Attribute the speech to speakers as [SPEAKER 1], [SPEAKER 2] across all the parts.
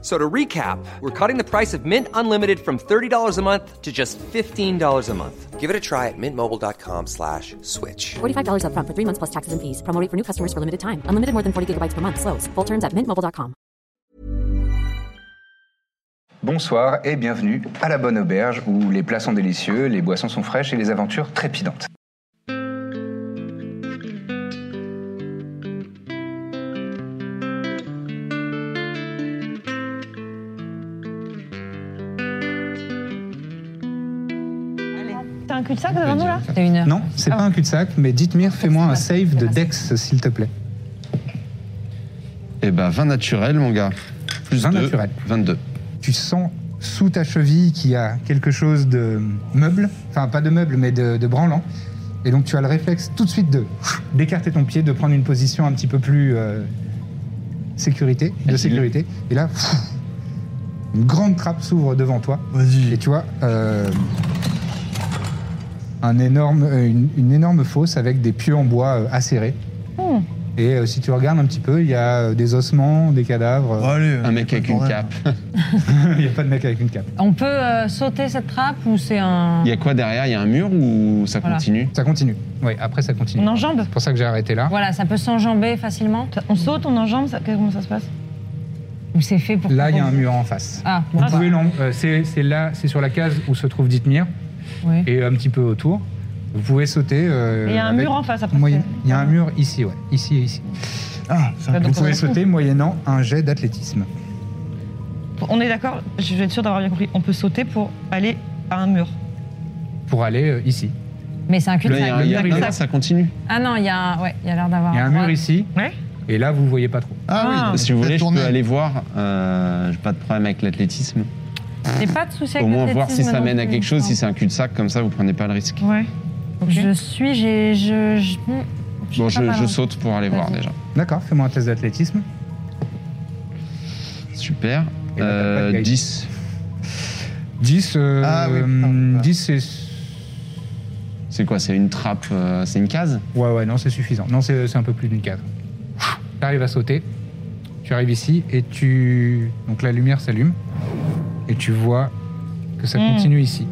[SPEAKER 1] So to recap, we're cutting the price of Mint Unlimited from $30 a month to just $15 a month. Give it a try at mintmobile.com slash switch.
[SPEAKER 2] $45 upfront for three months plus taxes and fees. Promo rate for new customers for limited time. Unlimited more than 40 gigabytes per month. Slows. Full terms at mintmobile.com.
[SPEAKER 3] Bonsoir et bienvenue à la bonne auberge où les plats sont délicieux, les boissons sont fraîches et les aventures trépidantes.
[SPEAKER 4] T'as un cul-de-sac devant nous là
[SPEAKER 5] T'as une heure.
[SPEAKER 6] Non, c'est pas un cul-de-sac, mais dites-moi, fais-moi un save de Dex, s'il te plaît.
[SPEAKER 7] Eh ben, 20 naturel, mon gars. Plus
[SPEAKER 6] 20
[SPEAKER 7] deux,
[SPEAKER 6] naturel.
[SPEAKER 7] 22.
[SPEAKER 6] Tu sens sous ta cheville qu'il y a quelque chose de meuble, enfin pas de meuble, mais de, de branlant. Et donc tu as le réflexe tout de suite de d'écarter ton pied, de prendre une position un petit peu plus euh, sécurité, de
[SPEAKER 7] Facile.
[SPEAKER 6] sécurité. Et là, une grande trappe s'ouvre devant toi. Et tu vois euh, un énorme, euh, une, une énorme fosse avec des pieux en bois euh, acérés. Et euh, si tu regardes un petit peu, il y a euh, des ossements, des cadavres. euh,
[SPEAKER 7] Un mec avec une cape.
[SPEAKER 6] Il n'y a pas de mec avec une cape.
[SPEAKER 5] On peut euh, sauter cette trappe ou c'est un.
[SPEAKER 7] Il y a quoi derrière Il y a un mur ou ça
[SPEAKER 5] Voilà.
[SPEAKER 7] continue
[SPEAKER 6] Ça continue. Oui, après ça continue.
[SPEAKER 4] On enjambe
[SPEAKER 6] C'est pour ça que j'ai arrêté là.
[SPEAKER 5] Voilà, ça peut s'enjamber facilement
[SPEAKER 4] On saute, on enjambe, ça- comment ça se passe
[SPEAKER 5] ou c'est fait pour.
[SPEAKER 6] Là, il y a un mur en face.
[SPEAKER 5] Ah,
[SPEAKER 6] Vous
[SPEAKER 5] bon, bah,
[SPEAKER 6] pouvez l'en- euh, c'est c'est là, c'est sur la case où se trouve Dithmir
[SPEAKER 5] oui.
[SPEAKER 6] et un petit peu autour. Vous pouvez sauter. euh,
[SPEAKER 4] Il y a un
[SPEAKER 6] avec-
[SPEAKER 4] mur en face après.
[SPEAKER 6] moyen-
[SPEAKER 4] c'est-
[SPEAKER 6] Il y a un mur ici, ouais. Ici et ici. Ah,
[SPEAKER 4] Ah,
[SPEAKER 6] Vous pouvez sauter moyennant un jet d'athlétisme.
[SPEAKER 4] On est d'accord, je vais être sûr d'avoir bien compris. On peut sauter pour aller à un mur.
[SPEAKER 6] pour aller euh, ici.
[SPEAKER 5] Mais c'est un
[SPEAKER 7] Là, il y a un-
[SPEAKER 5] cul-de-sac.
[SPEAKER 7] il y a-
[SPEAKER 4] Le
[SPEAKER 7] non,
[SPEAKER 4] mur,
[SPEAKER 7] non, ça continue.
[SPEAKER 5] Ah non, il y a un. Ouais, il y a l'air d'avoir.
[SPEAKER 6] Il y a un
[SPEAKER 5] droit.
[SPEAKER 6] mur ici,
[SPEAKER 4] Ah, Ouais
[SPEAKER 6] et là, vous voyez pas trop.
[SPEAKER 4] Ah.
[SPEAKER 7] Ah, si vous voulez, je
[SPEAKER 8] tourner.
[SPEAKER 7] peux aller voir. Euh, J'ai pas de problème avec l'athlétisme.
[SPEAKER 5] J'ai pas de souci avec
[SPEAKER 7] Au moins voir si
[SPEAKER 5] l'athlétisme
[SPEAKER 7] ça
[SPEAKER 5] non
[SPEAKER 7] mène à
[SPEAKER 5] plus.
[SPEAKER 7] quelque chose. Si c'est un cul-de-sac, comme ça, vous prenez pas le risque.
[SPEAKER 4] Ouais. Ok.
[SPEAKER 5] Je suis, j'ai. Je, je- hmm, suis
[SPEAKER 7] Bon,
[SPEAKER 5] pas
[SPEAKER 7] je,
[SPEAKER 5] mal,
[SPEAKER 7] je
[SPEAKER 5] hein.
[SPEAKER 7] saute pour aller voir
[SPEAKER 5] Vas-y.
[SPEAKER 7] déjà.
[SPEAKER 6] D'accord, fais-moi un test d'athlétisme.
[SPEAKER 7] Super.
[SPEAKER 6] Et là, t'as
[SPEAKER 7] Euh,
[SPEAKER 6] pas de guide.
[SPEAKER 7] 10.
[SPEAKER 6] 10, euh,
[SPEAKER 8] Ah oui,
[SPEAKER 6] hum,
[SPEAKER 8] pardon, voilà.
[SPEAKER 6] 10 c'est...
[SPEAKER 7] C'est quoi C'est une trappe euh, C'est une case
[SPEAKER 6] Ouais, ouais, non, c'est suffisant. Non, c'est c'est un peu plus d'une case. Tu arrives à sauter, tu arrives ici, et tu... Donc la lumière s'allume, et tu vois que ça
[SPEAKER 4] Mm.
[SPEAKER 6] continue ici.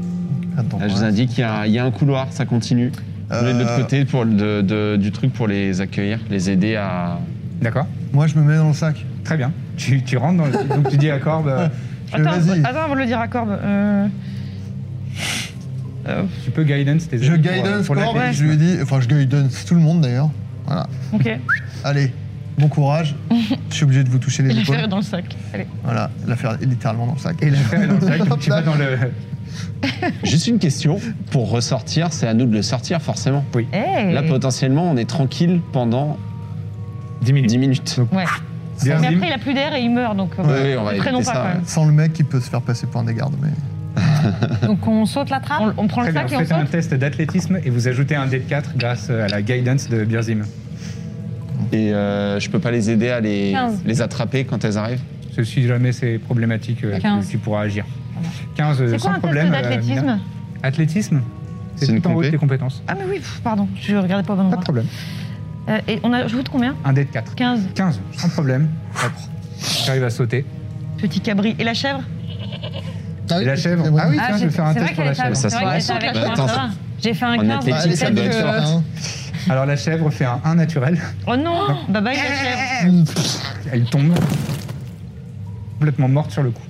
[SPEAKER 8] Attends,
[SPEAKER 7] Là, Ah, Je vous indique qu'il y, a- il y a un couloir, ça continue. Vous voulez de l'autre
[SPEAKER 8] Euh,
[SPEAKER 7] côté pour, de- de- du truc pour les accueillir, les aider à.
[SPEAKER 6] D'accord
[SPEAKER 8] Moi, je me mets dans le sac.
[SPEAKER 6] Très bien. Tu, tu rentres dans le... Donc tu dis à Corbe, euh,
[SPEAKER 8] Je-
[SPEAKER 4] Attends,
[SPEAKER 8] Vas-y.
[SPEAKER 4] attends, avant de le dire à Corbe. euh, euh,
[SPEAKER 6] tu peux guidance tes
[SPEAKER 8] Je
[SPEAKER 6] amis pour, euh,
[SPEAKER 8] guidance
[SPEAKER 6] pour
[SPEAKER 8] Corbe,
[SPEAKER 6] l'athlétisme.
[SPEAKER 8] je lui dis, enfin, je guidance tout le monde d'ailleurs. Voilà.
[SPEAKER 4] ok,
[SPEAKER 8] Allez, bon courage. je suis obligé de vous toucher les
[SPEAKER 4] l'affaire est
[SPEAKER 8] épaules.
[SPEAKER 4] dans le sac. Allez.
[SPEAKER 8] Voilà, l'affaire est littéralement dans le sac.
[SPEAKER 6] Et l'affaire est dans le sac, donc tu vas dans le...
[SPEAKER 7] Juste une question. Pour ressortir, c'est à nous de le sortir, forcément.
[SPEAKER 4] Hey.
[SPEAKER 7] Là, potentiellement, on est tranquille pendant
[SPEAKER 6] 10 minutes.
[SPEAKER 7] 10 minutes.
[SPEAKER 4] Ouais.
[SPEAKER 6] Bien,
[SPEAKER 4] Mais
[SPEAKER 6] dix-
[SPEAKER 4] après, il a plus d'air et il meurt donc. euh,
[SPEAKER 7] Ouais, ouais, on va
[SPEAKER 4] les
[SPEAKER 7] éviter
[SPEAKER 4] traînons
[SPEAKER 7] ça,
[SPEAKER 4] pas quand
[SPEAKER 7] ouais.
[SPEAKER 4] même.
[SPEAKER 8] Sans le mec qui peut se faire passer pour un des gardes. Mais...
[SPEAKER 5] Donc on saute la trappe
[SPEAKER 4] On, on prend le
[SPEAKER 6] Très bien,
[SPEAKER 4] sac et on
[SPEAKER 6] faites un
[SPEAKER 4] saute.
[SPEAKER 6] test d'athlétisme et vous ajoutez un dé de 4 grâce à la guidance de Birzim.
[SPEAKER 7] Et euh, je peux pas les aider à les,
[SPEAKER 5] 15.
[SPEAKER 7] les attraper quand elles arrivent.
[SPEAKER 6] Si jamais c'est problématique, euh, tu-
[SPEAKER 5] 15.
[SPEAKER 6] tu, pourras agir. 15 euh,
[SPEAKER 4] C'est
[SPEAKER 6] sans
[SPEAKER 4] quoi un
[SPEAKER 6] problème.
[SPEAKER 4] test
[SPEAKER 6] euh, Mina.
[SPEAKER 4] d'athlétisme
[SPEAKER 6] athlétisme C'est
[SPEAKER 7] C'est une
[SPEAKER 6] tout en haut de
[SPEAKER 7] compé.
[SPEAKER 6] tes compétences.
[SPEAKER 4] Ah, mais oui, pff, pardon, je regardais pas au
[SPEAKER 6] Pas
[SPEAKER 4] bon
[SPEAKER 6] de
[SPEAKER 4] endroit.
[SPEAKER 6] problème.
[SPEAKER 4] Euh, et on a, je de combien
[SPEAKER 6] Un dé de 4.
[SPEAKER 4] 15.
[SPEAKER 6] 15, sans problème. Hop. Tu arrives à sauter.
[SPEAKER 4] Petit cabri. Et la chèvre
[SPEAKER 8] Ah
[SPEAKER 6] Et la chèvre Ah oui,
[SPEAKER 5] Ah,
[SPEAKER 6] tiens, je
[SPEAKER 5] j'ai-
[SPEAKER 6] vais faire un
[SPEAKER 5] c'est
[SPEAKER 6] test
[SPEAKER 5] vrai
[SPEAKER 6] pour la
[SPEAKER 5] qu'elle
[SPEAKER 6] chèvre.
[SPEAKER 7] Ça
[SPEAKER 5] était
[SPEAKER 7] se
[SPEAKER 5] avec-
[SPEAKER 7] voit,
[SPEAKER 5] c'est vrai qu'elle était
[SPEAKER 7] ça.
[SPEAKER 5] avec
[SPEAKER 7] Bah,
[SPEAKER 5] moi,
[SPEAKER 7] attends,
[SPEAKER 5] ça va. J'ai fait un
[SPEAKER 7] En
[SPEAKER 5] 15.
[SPEAKER 8] Bah,
[SPEAKER 7] athlétique,
[SPEAKER 8] allez,
[SPEAKER 7] ça
[SPEAKER 8] peut-être
[SPEAKER 7] doit être
[SPEAKER 8] que-
[SPEAKER 7] fort.
[SPEAKER 8] hein.
[SPEAKER 6] Alors la chèvre fait un 1 naturel.
[SPEAKER 4] Oh non Bye bye la chèvre
[SPEAKER 8] Mm.
[SPEAKER 6] Elle Ah, tombe. Complètement morte sur le coup.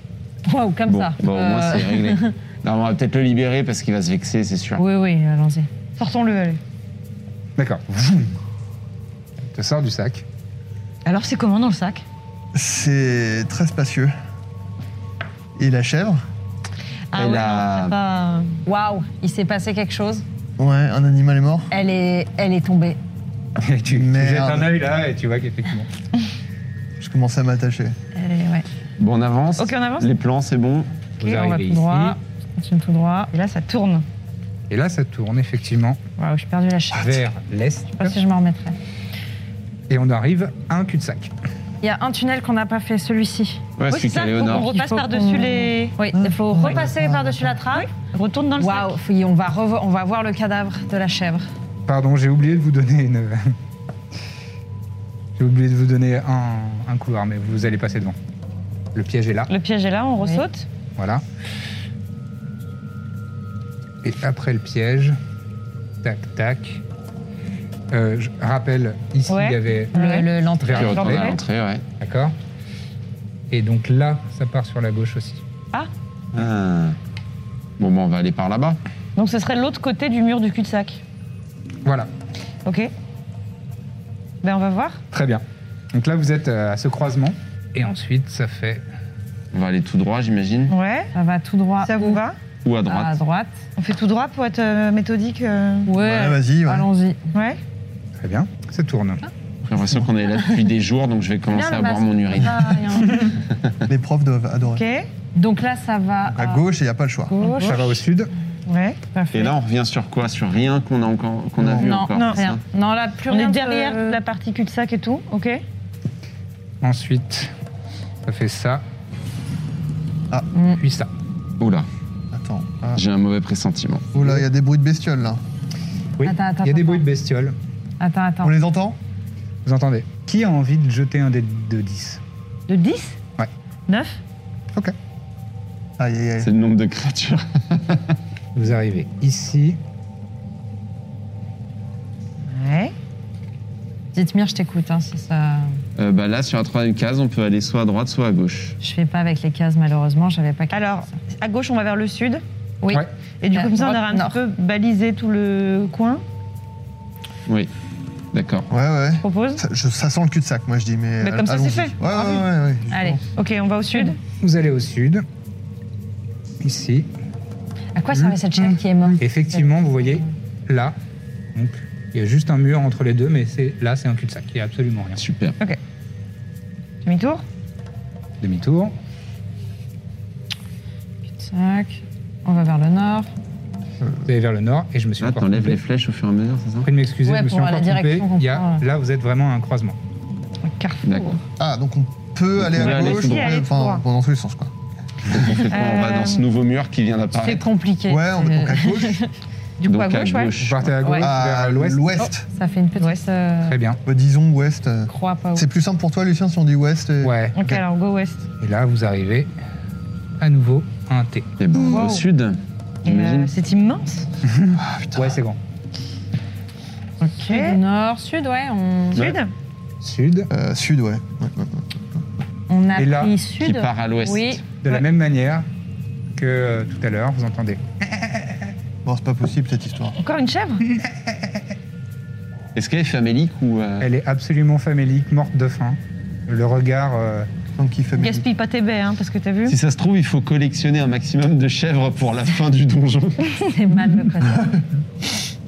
[SPEAKER 5] Waouh, comme
[SPEAKER 7] Bon,
[SPEAKER 5] ça.
[SPEAKER 7] bon, au moins,
[SPEAKER 5] Euh,
[SPEAKER 7] c'est réglé. Non, on va peut-être le libérer parce qu'il va se vexer, c'est sûr.
[SPEAKER 5] Oui, oui, allons-y.
[SPEAKER 4] Sortons-le, allez.
[SPEAKER 6] D'accord. Vroom. Elle te sort du sac.
[SPEAKER 4] Alors c'est comment dans le sac
[SPEAKER 8] C'est très spacieux. Et la chèvre
[SPEAKER 4] Ah
[SPEAKER 7] Elle
[SPEAKER 4] ouais,
[SPEAKER 7] a-
[SPEAKER 4] non, c'est pas...
[SPEAKER 5] euh, Waouh, il s'est passé quelque chose.
[SPEAKER 8] Ouais, un animal est mort.
[SPEAKER 5] Elle est, elle est tombée.
[SPEAKER 6] Et tu, tu
[SPEAKER 8] Merde.
[SPEAKER 6] jettes un œil là et tu vois qu'effectivement.
[SPEAKER 8] Je commence à m'attacher.
[SPEAKER 5] Elle est, ouais.
[SPEAKER 7] Bon, on avance.
[SPEAKER 4] Ok, on avance
[SPEAKER 7] Les plans, c'est bon.
[SPEAKER 4] Ok,
[SPEAKER 6] Vous
[SPEAKER 4] on va
[SPEAKER 6] arrivez
[SPEAKER 4] tout
[SPEAKER 6] ici.
[SPEAKER 4] droit. On continue tout droit. Et là, ça tourne.
[SPEAKER 6] Et là, ça tourne effectivement
[SPEAKER 5] Waouh, j'ai perdu la chaîne. Je
[SPEAKER 6] vers l'est.
[SPEAKER 5] sais pas si je m'en remettrai.
[SPEAKER 6] Et on arrive à un cul-de-sac.
[SPEAKER 5] Il Il y a un tunnel qu'on n'a pas fait, celui-ci.
[SPEAKER 7] Ouais,
[SPEAKER 4] Oui,
[SPEAKER 7] celui qui
[SPEAKER 4] ça,
[SPEAKER 7] allait au
[SPEAKER 4] faut qu'on
[SPEAKER 7] nord.
[SPEAKER 4] repasse
[SPEAKER 5] Il faut
[SPEAKER 4] par-dessus
[SPEAKER 5] qu'on-
[SPEAKER 4] les.
[SPEAKER 5] Oui, il faut repasser par-dessus la trappe.
[SPEAKER 4] Retourne dans le sac.
[SPEAKER 5] Waouh, fouille, on va, revo- on va voir le cadavre de la chèvre.
[SPEAKER 6] Pardon, j'ai oublié de vous donner une. j'ai oublié de vous donner un, un couloir, mais vous allez passer devant. Le piège est là,
[SPEAKER 4] Le piège est là, on
[SPEAKER 5] Oui.
[SPEAKER 4] ressaute.
[SPEAKER 6] voilà. Et après le piège, tac, tac. Euh, je rappelle, ici
[SPEAKER 4] Ouais.
[SPEAKER 6] il y avait.
[SPEAKER 5] Le- le- L'entrée.
[SPEAKER 6] Vers
[SPEAKER 7] Puis retourne
[SPEAKER 6] l'entrée,
[SPEAKER 7] à l'entrée, ouais.
[SPEAKER 6] d'accord Et donc là, ça part sur la gauche aussi.
[SPEAKER 7] Ah. Bon, bah, on va aller par là-bas.
[SPEAKER 4] Donc ce serait l'autre côté du mur du cul-de-sac.
[SPEAKER 6] Voilà,
[SPEAKER 4] Ok. Ben on va voir.
[SPEAKER 6] très bien. Donc là, vous êtes euh, à ce croisement. Et ensuite, ça fait.
[SPEAKER 7] On va aller tout droit, j'imagine.
[SPEAKER 4] Ouais.
[SPEAKER 5] Ça va tout droit.
[SPEAKER 4] Ça vous va
[SPEAKER 7] Ou à droite.
[SPEAKER 5] À droite.
[SPEAKER 4] On fait tout droit pour être euh, méthodique. euh,
[SPEAKER 5] Ouais,
[SPEAKER 8] Ouais, vas-y, ouais.
[SPEAKER 5] allons-y.
[SPEAKER 4] Ouais.
[SPEAKER 6] Très bien, ça tourne.
[SPEAKER 7] J'ai l'impression qu'on est là depuis des jours, donc je vais commencer
[SPEAKER 5] Bien, le
[SPEAKER 7] à boire
[SPEAKER 5] masque.
[SPEAKER 7] mon urine.
[SPEAKER 5] Ah, rien.
[SPEAKER 8] Les profs doivent adorer.
[SPEAKER 4] Ok.
[SPEAKER 5] Donc là, ça va euh,
[SPEAKER 8] À gauche, il n'y a pas le choix.
[SPEAKER 5] gauche.
[SPEAKER 6] Ça va au sud.
[SPEAKER 4] Ouais.
[SPEAKER 7] Et là, on revient sur quoi Sur rien qu'on a encore, qu'on a vu
[SPEAKER 5] Non,
[SPEAKER 7] encore.
[SPEAKER 4] non,
[SPEAKER 7] c'est ça
[SPEAKER 5] Rien. Non, là, plus
[SPEAKER 4] On
[SPEAKER 5] rien.
[SPEAKER 4] est
[SPEAKER 5] de- euh,
[SPEAKER 4] derrière la partie cul-de-sac et tout. Ok.
[SPEAKER 6] Ensuite, ça fait ça.
[SPEAKER 8] Ah.
[SPEAKER 4] Mm.
[SPEAKER 6] Puis ça.
[SPEAKER 7] Oula,
[SPEAKER 8] Attends. Ah.
[SPEAKER 7] j'ai un mauvais pressentiment.
[SPEAKER 8] Oh là, il y a des bruits de bestioles là.
[SPEAKER 6] Oui.
[SPEAKER 5] Attends, attends,
[SPEAKER 6] Il y a des
[SPEAKER 5] attends.
[SPEAKER 6] bruits de bestioles.
[SPEAKER 5] Attends, attends.
[SPEAKER 8] On les entend
[SPEAKER 6] Vous entendez Qui a envie de jeter un dé de 10
[SPEAKER 4] De 10
[SPEAKER 6] Ouais.
[SPEAKER 4] 9
[SPEAKER 8] Aïe, aïe, aïe.
[SPEAKER 7] C'est le nombre de créatures.
[SPEAKER 6] Vous arrivez ici.
[SPEAKER 4] Ouais.
[SPEAKER 5] Dites-moi, je t'écoute. hein, si ça...
[SPEAKER 7] Euh, bah là, sur la troisième case, on peut aller soit à droite, soit à gauche.
[SPEAKER 5] Je fais pas avec les cases, malheureusement. J'avais pas.
[SPEAKER 4] Alors, à gauche, on va vers le sud.
[SPEAKER 5] Oui.
[SPEAKER 6] Ouais.
[SPEAKER 4] Et du
[SPEAKER 5] Euh,
[SPEAKER 4] coup, comme ça, on
[SPEAKER 5] droite,
[SPEAKER 4] aura un
[SPEAKER 5] nord.
[SPEAKER 4] petit peu balisé tout le coin,
[SPEAKER 7] Oui, d'accord.
[SPEAKER 8] Ouais, ouais.
[SPEAKER 4] je propose.
[SPEAKER 8] Ça, je- ça sent le cul-de-sac, moi je dis, mais. euh,
[SPEAKER 4] Mais comme ça, c'est
[SPEAKER 8] allons-y.
[SPEAKER 4] fait. Ah
[SPEAKER 8] Ouais, ouais, ouais, ouais, justement.
[SPEAKER 5] Allez.
[SPEAKER 4] Ok, on va au sud.
[SPEAKER 6] Vous allez au sud. Ici.
[SPEAKER 5] À quoi servait cette chèvre qui est morte
[SPEAKER 6] Effectivement, vous voyez là. Donc, il y a juste un mur entre les deux, mais c'est là, c'est un cul-de-sac. Il n'y a absolument rien.
[SPEAKER 7] Super.
[SPEAKER 4] Ah, Demi-tour.
[SPEAKER 6] Demi-tour.
[SPEAKER 5] Tac. On va vers le nord.
[SPEAKER 6] Vous allez vers le nord et je me suis
[SPEAKER 7] Là,
[SPEAKER 6] encore
[SPEAKER 7] t'enlèves
[SPEAKER 6] trompé.
[SPEAKER 7] les flèches au fur et à mesure, c'est ça
[SPEAKER 6] Prie de m'excuser,
[SPEAKER 5] Ouais,
[SPEAKER 6] je me suis
[SPEAKER 5] pour la
[SPEAKER 6] encore trompé.
[SPEAKER 5] direction qu'on
[SPEAKER 6] Il y a,
[SPEAKER 5] prend,
[SPEAKER 6] là, vous êtes vraiment à un croisement.
[SPEAKER 4] Carrefour.
[SPEAKER 7] D'accord.
[SPEAKER 8] Ah, donc on peut aller
[SPEAKER 7] peut
[SPEAKER 8] à
[SPEAKER 7] aller
[SPEAKER 8] gauche,
[SPEAKER 7] tout
[SPEAKER 8] on peut-
[SPEAKER 4] droit.
[SPEAKER 8] enfin, bon, dans tous les sens quoi.
[SPEAKER 7] On fait quoi On va
[SPEAKER 4] Euh,
[SPEAKER 7] dans ce nouveau mur qui vient
[SPEAKER 5] C'est
[SPEAKER 7] d'apparaître.
[SPEAKER 5] compliqué.
[SPEAKER 8] Ouais, on est donc à gauche.
[SPEAKER 4] Du coup,
[SPEAKER 7] Donc
[SPEAKER 4] à gauche, ouais.
[SPEAKER 6] Vous partez à gauche
[SPEAKER 5] Ouais.
[SPEAKER 8] À
[SPEAKER 7] Ah,
[SPEAKER 6] vers l'ouest. Oh.
[SPEAKER 8] l'ouest.
[SPEAKER 4] Oh.
[SPEAKER 5] Ça fait une petite
[SPEAKER 4] Ouest.
[SPEAKER 5] euh,
[SPEAKER 6] Très bien.
[SPEAKER 8] Bah, disons ouest. euh.
[SPEAKER 5] croix pas haut.
[SPEAKER 8] C'est plus simple pour toi, Lucien, si on dit ouest. et-
[SPEAKER 6] Ouais.
[SPEAKER 4] Ok, alors go ouest.
[SPEAKER 6] Et là, vous arrivez à nouveau à un T.
[SPEAKER 7] Et ben, on va au
[SPEAKER 4] Wow.
[SPEAKER 7] sud, j'imagine.
[SPEAKER 4] Euh, C'est immense.
[SPEAKER 6] Ouais, c'est grand.
[SPEAKER 4] Ok.
[SPEAKER 5] Nord, sud, ouais. On,
[SPEAKER 4] Sud.
[SPEAKER 6] Sud.
[SPEAKER 8] Euh, sud, ouais. Ouais, ouais, ouais.
[SPEAKER 5] on a
[SPEAKER 6] Et là,
[SPEAKER 5] pris
[SPEAKER 7] qui
[SPEAKER 5] sud.
[SPEAKER 7] part à l'ouest.
[SPEAKER 5] Oui.
[SPEAKER 6] De la
[SPEAKER 4] Ouais.
[SPEAKER 6] même manière que euh, tout à l'heure, vous entendez.
[SPEAKER 8] Bon, c'est pas possible cette histoire.
[SPEAKER 4] Encore une chèvre
[SPEAKER 7] Est-ce qu'elle est famélique ou... euh,
[SPEAKER 6] Elle est absolument famélique, morte de faim. Le regard. euh,
[SPEAKER 8] Donc il fait mes-
[SPEAKER 4] Gaspille pas tes baies, hein, parce que t'as vu.
[SPEAKER 7] Si ça se trouve, il faut collectionner un maximum de chèvres pour la fin du donjon.
[SPEAKER 5] C'est mal me prêter.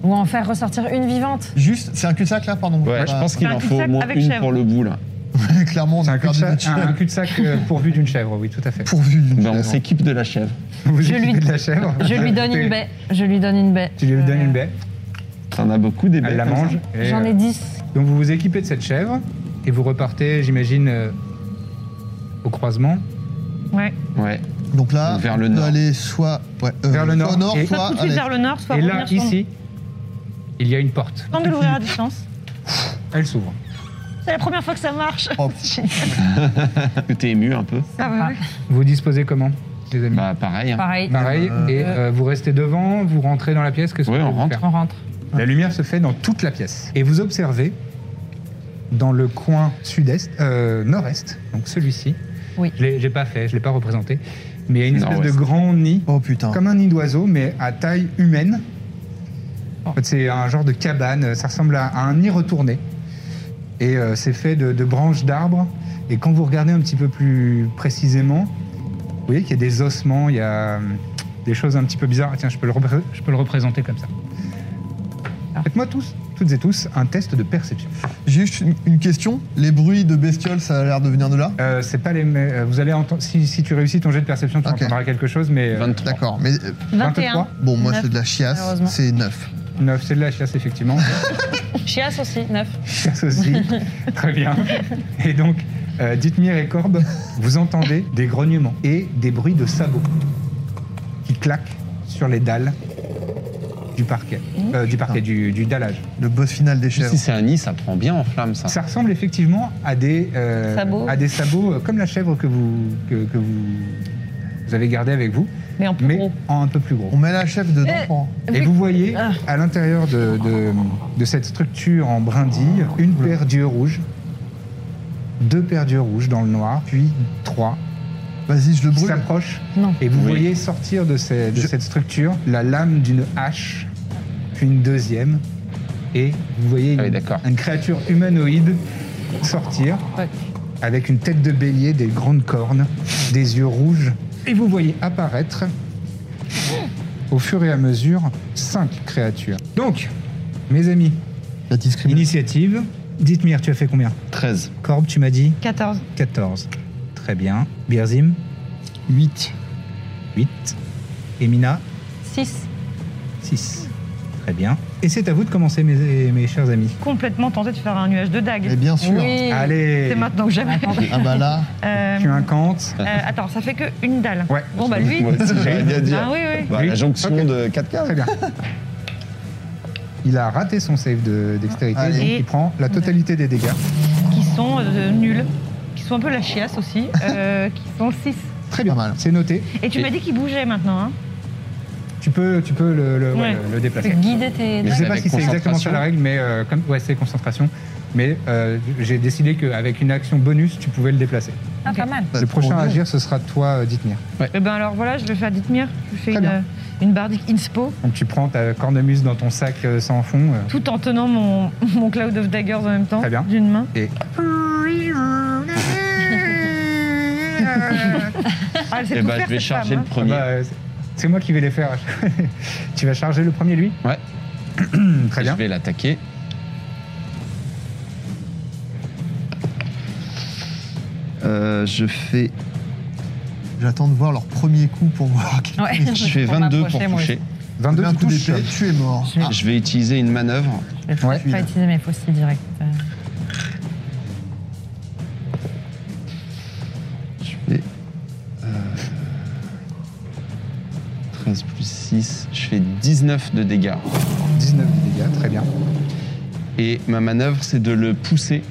[SPEAKER 5] Ou en faire ressortir une vivante.
[SPEAKER 8] Juste, c'est un cul-de-sac là, pardon.
[SPEAKER 7] Ouais, je pense qu'il
[SPEAKER 4] un
[SPEAKER 7] en faut au
[SPEAKER 4] cul-de-sac
[SPEAKER 7] moins
[SPEAKER 4] avec
[SPEAKER 7] une
[SPEAKER 4] chèvre.
[SPEAKER 7] pour le bout, là.
[SPEAKER 8] que clairement on
[SPEAKER 6] c'est
[SPEAKER 8] a
[SPEAKER 6] un
[SPEAKER 8] perdu
[SPEAKER 6] cul-de-sac,
[SPEAKER 8] notre
[SPEAKER 6] un- un
[SPEAKER 8] chèvre.
[SPEAKER 6] cul-de-sac, euh, pourvu d'une chèvre, oui, tout à fait.
[SPEAKER 8] Pourvu d'une
[SPEAKER 7] Ben, on
[SPEAKER 8] chèvre.
[SPEAKER 7] s'équipe de la chèvre.
[SPEAKER 6] Vous
[SPEAKER 5] Je
[SPEAKER 6] équipez
[SPEAKER 5] lui-
[SPEAKER 6] de la chèvre.
[SPEAKER 5] Je lui donne une baie. Euh, Je lui donne une baie.
[SPEAKER 6] Tu lui donnes une baie,
[SPEAKER 7] T'en as beaucoup des
[SPEAKER 6] elle
[SPEAKER 7] bêtes
[SPEAKER 6] la
[SPEAKER 7] comme ça.
[SPEAKER 6] mange. et,
[SPEAKER 5] J'en ai
[SPEAKER 6] euh,
[SPEAKER 5] 10.
[SPEAKER 6] Donc vous vous équipez de cette chèvre et vous repartez, j'imagine, euh, au croisement.
[SPEAKER 4] Ouais.
[SPEAKER 7] Ouais.
[SPEAKER 8] Donc là,
[SPEAKER 7] Vers le
[SPEAKER 8] on peut
[SPEAKER 7] nord.
[SPEAKER 8] aller soit ouais, euh,
[SPEAKER 6] Vers le nord
[SPEAKER 8] soit au nord,
[SPEAKER 6] et-
[SPEAKER 8] soit
[SPEAKER 4] Soit tout de
[SPEAKER 8] à
[SPEAKER 4] suite
[SPEAKER 8] l'est.
[SPEAKER 4] vers le nord, soit
[SPEAKER 6] Et là,
[SPEAKER 4] revenir sur
[SPEAKER 6] ici, il y a une porte.
[SPEAKER 4] Tente de l'ouvrir à distance.
[SPEAKER 6] Elle s'ouvre.
[SPEAKER 4] C'est la première fois que ça marche.
[SPEAKER 8] Oh,
[SPEAKER 7] Que t'es ému un peu.
[SPEAKER 4] Ah ouais.
[SPEAKER 6] Vous disposez comment, les amis
[SPEAKER 7] Bah, pareil. hein.
[SPEAKER 5] Pareil.
[SPEAKER 6] Pareil, et euh, vous restez devant, vous rentrez dans la pièce, qu'est-ce que
[SPEAKER 7] Ouais,
[SPEAKER 6] vous
[SPEAKER 7] on
[SPEAKER 6] voulez
[SPEAKER 7] rentre.
[SPEAKER 6] faire
[SPEAKER 5] On rentre.
[SPEAKER 6] La lumière se fait dans toute la pièce. Et vous observez, dans le coin sud-est, euh, nord-est, donc celui-ci,
[SPEAKER 5] Oui.
[SPEAKER 6] je l'ai- j'ai pas fait, je l'ai pas représenté, mais il y a une espèce de
[SPEAKER 7] Nord-ouest.
[SPEAKER 6] grand nid,
[SPEAKER 8] oh, putain.
[SPEAKER 6] comme un nid d'oiseau, mais à taille humaine. En fait, c'est un genre de cabane, ça ressemble à, à un nid retourné. Et euh, c'est fait de, de branches d'arbres. Et quand vous regardez un petit peu plus précisément, vous voyez qu'il y a des ossements, il y a hum, des choses un petit peu bizarres. Ah, Tiens, je peux le, repré- je peux le représenter comme ça. Faites-moi tous, toutes et tous, un test de perception.
[SPEAKER 8] J'ai juste une, une question. Les bruits de bestioles, ça a l'air de venir de là
[SPEAKER 6] Euh, c'est pas les mêmes- euh, Vous allez entendre. Si, si tu réussis ton jet de perception, tu
[SPEAKER 8] Ok.
[SPEAKER 6] entendras quelque chose, mais. euh,
[SPEAKER 7] 23.
[SPEAKER 8] D'accord, mais euh,
[SPEAKER 4] 21.
[SPEAKER 6] 23
[SPEAKER 8] bon, moi
[SPEAKER 4] Neuf,
[SPEAKER 8] c'est de la chiasse,
[SPEAKER 5] malheureusement.
[SPEAKER 8] c'est 9.
[SPEAKER 6] 9, c'est de la chiasse, effectivement.
[SPEAKER 5] Chiasse aussi, 9.
[SPEAKER 6] Chiasse aussi. Très bien. Et donc, Euh, Dithmir et Corbe, vous entendez des grognements et des bruits de sabots qui claquent sur les dalles du parquet, Euh, du parquet, du, du dallage.
[SPEAKER 8] Le boss final des chèvres.
[SPEAKER 7] Si c'est un nid, ça prend bien en flamme, ça.
[SPEAKER 6] Ça ressemble effectivement à des, euh,
[SPEAKER 4] Sabots.
[SPEAKER 6] à des sabots euh, comme la chèvre que vous, que, que vous, vous avez gardée avec vous,
[SPEAKER 4] Mais en plus
[SPEAKER 6] mais
[SPEAKER 4] gros.
[SPEAKER 6] en un peu plus gros.
[SPEAKER 8] On met la chef dedans.
[SPEAKER 4] Eh.
[SPEAKER 8] prends.
[SPEAKER 6] Et
[SPEAKER 4] Mais-
[SPEAKER 6] vous voyez
[SPEAKER 4] Ah.
[SPEAKER 6] à l'intérieur de, de- de cette structure en brindille une paire d'yeux rouges, deux paires d'yeux rouges dans le noir, puis trois,
[SPEAKER 8] Vas-y, je le
[SPEAKER 6] qui
[SPEAKER 8] brûle.
[SPEAKER 6] s'approchent.
[SPEAKER 5] Non.
[SPEAKER 6] Et vous
[SPEAKER 7] Oui.
[SPEAKER 6] voyez sortir de, ces- de
[SPEAKER 8] Je-
[SPEAKER 6] cette structure la lame d'une hache, puis une deuxième, et vous voyez une,
[SPEAKER 7] Ah oui, d'accord.
[SPEAKER 6] une créature humanoïde sortir avec une tête de bélier, des grandes cornes, des yeux rouges, et vous voyez apparaître au fur et à mesure cinq créatures. Donc, mes amis,
[SPEAKER 8] La discrimination.
[SPEAKER 6] initiative. Dites-moi, tu as fait combien
[SPEAKER 7] 13.
[SPEAKER 6] Corbe, tu m'as dit
[SPEAKER 4] 14.
[SPEAKER 6] 14. Très bien. Birzim 8. 8. Emina
[SPEAKER 4] 6.
[SPEAKER 6] 6. Très bien. Et c'est à vous de commencer, mes, mes chers amis.
[SPEAKER 4] Complètement tenté de faire un nuage de dagues.
[SPEAKER 8] Mais Eh bien sûr.
[SPEAKER 4] Oui.
[SPEAKER 6] Allez
[SPEAKER 4] C'est maintenant que jamais.
[SPEAKER 8] Ah bah là,
[SPEAKER 4] Euh,
[SPEAKER 6] Tu incantes.
[SPEAKER 4] euh, attends, ça fait que une dalle.
[SPEAKER 6] Ouais.
[SPEAKER 4] Bon bah lui.
[SPEAKER 7] Moi aussi, j'aurais bien dit.
[SPEAKER 4] Ah oui, oui.
[SPEAKER 7] Bah,
[SPEAKER 6] Oui.
[SPEAKER 7] La jonction
[SPEAKER 6] Ok.
[SPEAKER 7] de 4 cases.
[SPEAKER 6] Très bien. Il a raté son save de dextérité,
[SPEAKER 8] Allez.
[SPEAKER 6] donc il prend la totalité des dégâts.
[SPEAKER 4] Qui sont euh, nuls. Qui sont un peu la chiasse aussi. euh, qui sont 6.
[SPEAKER 8] très bien. Pas mal.
[SPEAKER 6] C'est noté.
[SPEAKER 4] Et tu m'as dit qu'il bougeait maintenant. Hein.
[SPEAKER 6] Tu peux, tu peux le, le- ouais,
[SPEAKER 4] Ouais.
[SPEAKER 6] le- le déplacer.
[SPEAKER 4] Guider tes.
[SPEAKER 6] Je ne sais
[SPEAKER 7] c'est
[SPEAKER 6] pas
[SPEAKER 7] avec
[SPEAKER 6] bah, si c'est exactement ça
[SPEAKER 7] concentration.
[SPEAKER 6] la règle, mais euh, comme ouais, c'est concentration. Mais euh, j'ai décidé qu'avec une action bonus, tu pouvais le déplacer.
[SPEAKER 5] Ah, pas mal.
[SPEAKER 8] Bah,
[SPEAKER 6] le prochain
[SPEAKER 8] trop
[SPEAKER 6] à
[SPEAKER 8] bien.
[SPEAKER 6] agir, ce sera toi, euh, Dithmir.
[SPEAKER 4] Eh ben alors voilà, je le fais à Dithmir. Je fais
[SPEAKER 6] Très
[SPEAKER 4] une,
[SPEAKER 6] bien.
[SPEAKER 4] euh, une bardic inspo.
[SPEAKER 6] Donc tu prends ta cornemuse dans ton sac euh, sans fond. euh,
[SPEAKER 4] Tout en tenant mon, mon cloud of daggers en même temps.
[SPEAKER 6] Très bien.
[SPEAKER 4] D'une main.
[SPEAKER 6] et
[SPEAKER 4] Ah, elle sait
[SPEAKER 7] Et
[SPEAKER 5] Eh
[SPEAKER 4] tout
[SPEAKER 7] bah,
[SPEAKER 5] ben,
[SPEAKER 7] je
[SPEAKER 4] faire,
[SPEAKER 7] vais
[SPEAKER 4] cette
[SPEAKER 7] charger
[SPEAKER 4] femme,
[SPEAKER 7] le
[SPEAKER 4] hein.
[SPEAKER 6] Ah
[SPEAKER 7] premier.
[SPEAKER 6] bah, euh, c'est- c'est moi qui vais les faire. tu vas charger le premier, lui
[SPEAKER 7] Ouais.
[SPEAKER 6] Très
[SPEAKER 7] Je
[SPEAKER 6] bien.
[SPEAKER 7] vais l'attaquer.
[SPEAKER 9] Euh, je fais,
[SPEAKER 8] J'attends de voir leur premier coup pour voir. qui-
[SPEAKER 5] Ouais.
[SPEAKER 7] Je fais
[SPEAKER 4] vais
[SPEAKER 7] 22 pour
[SPEAKER 4] m'approcher, moi
[SPEAKER 7] toucher.
[SPEAKER 8] Tu
[SPEAKER 6] 22,
[SPEAKER 8] mets un
[SPEAKER 6] tu
[SPEAKER 8] coup
[SPEAKER 6] touches.
[SPEAKER 8] d'épée, tu es mort. Ah,
[SPEAKER 7] Je vais utiliser une manœuvre.
[SPEAKER 5] Je
[SPEAKER 4] hein.
[SPEAKER 5] vais
[SPEAKER 6] Ouais.
[SPEAKER 5] pas utiliser mes faucilles direct. Euh,
[SPEAKER 7] Je fais. euh, 13 plus 6. Je fais 19 de dégâts.
[SPEAKER 6] 19 de dégâts, très bien.
[SPEAKER 7] Et ma manœuvre, c'est de le pousser.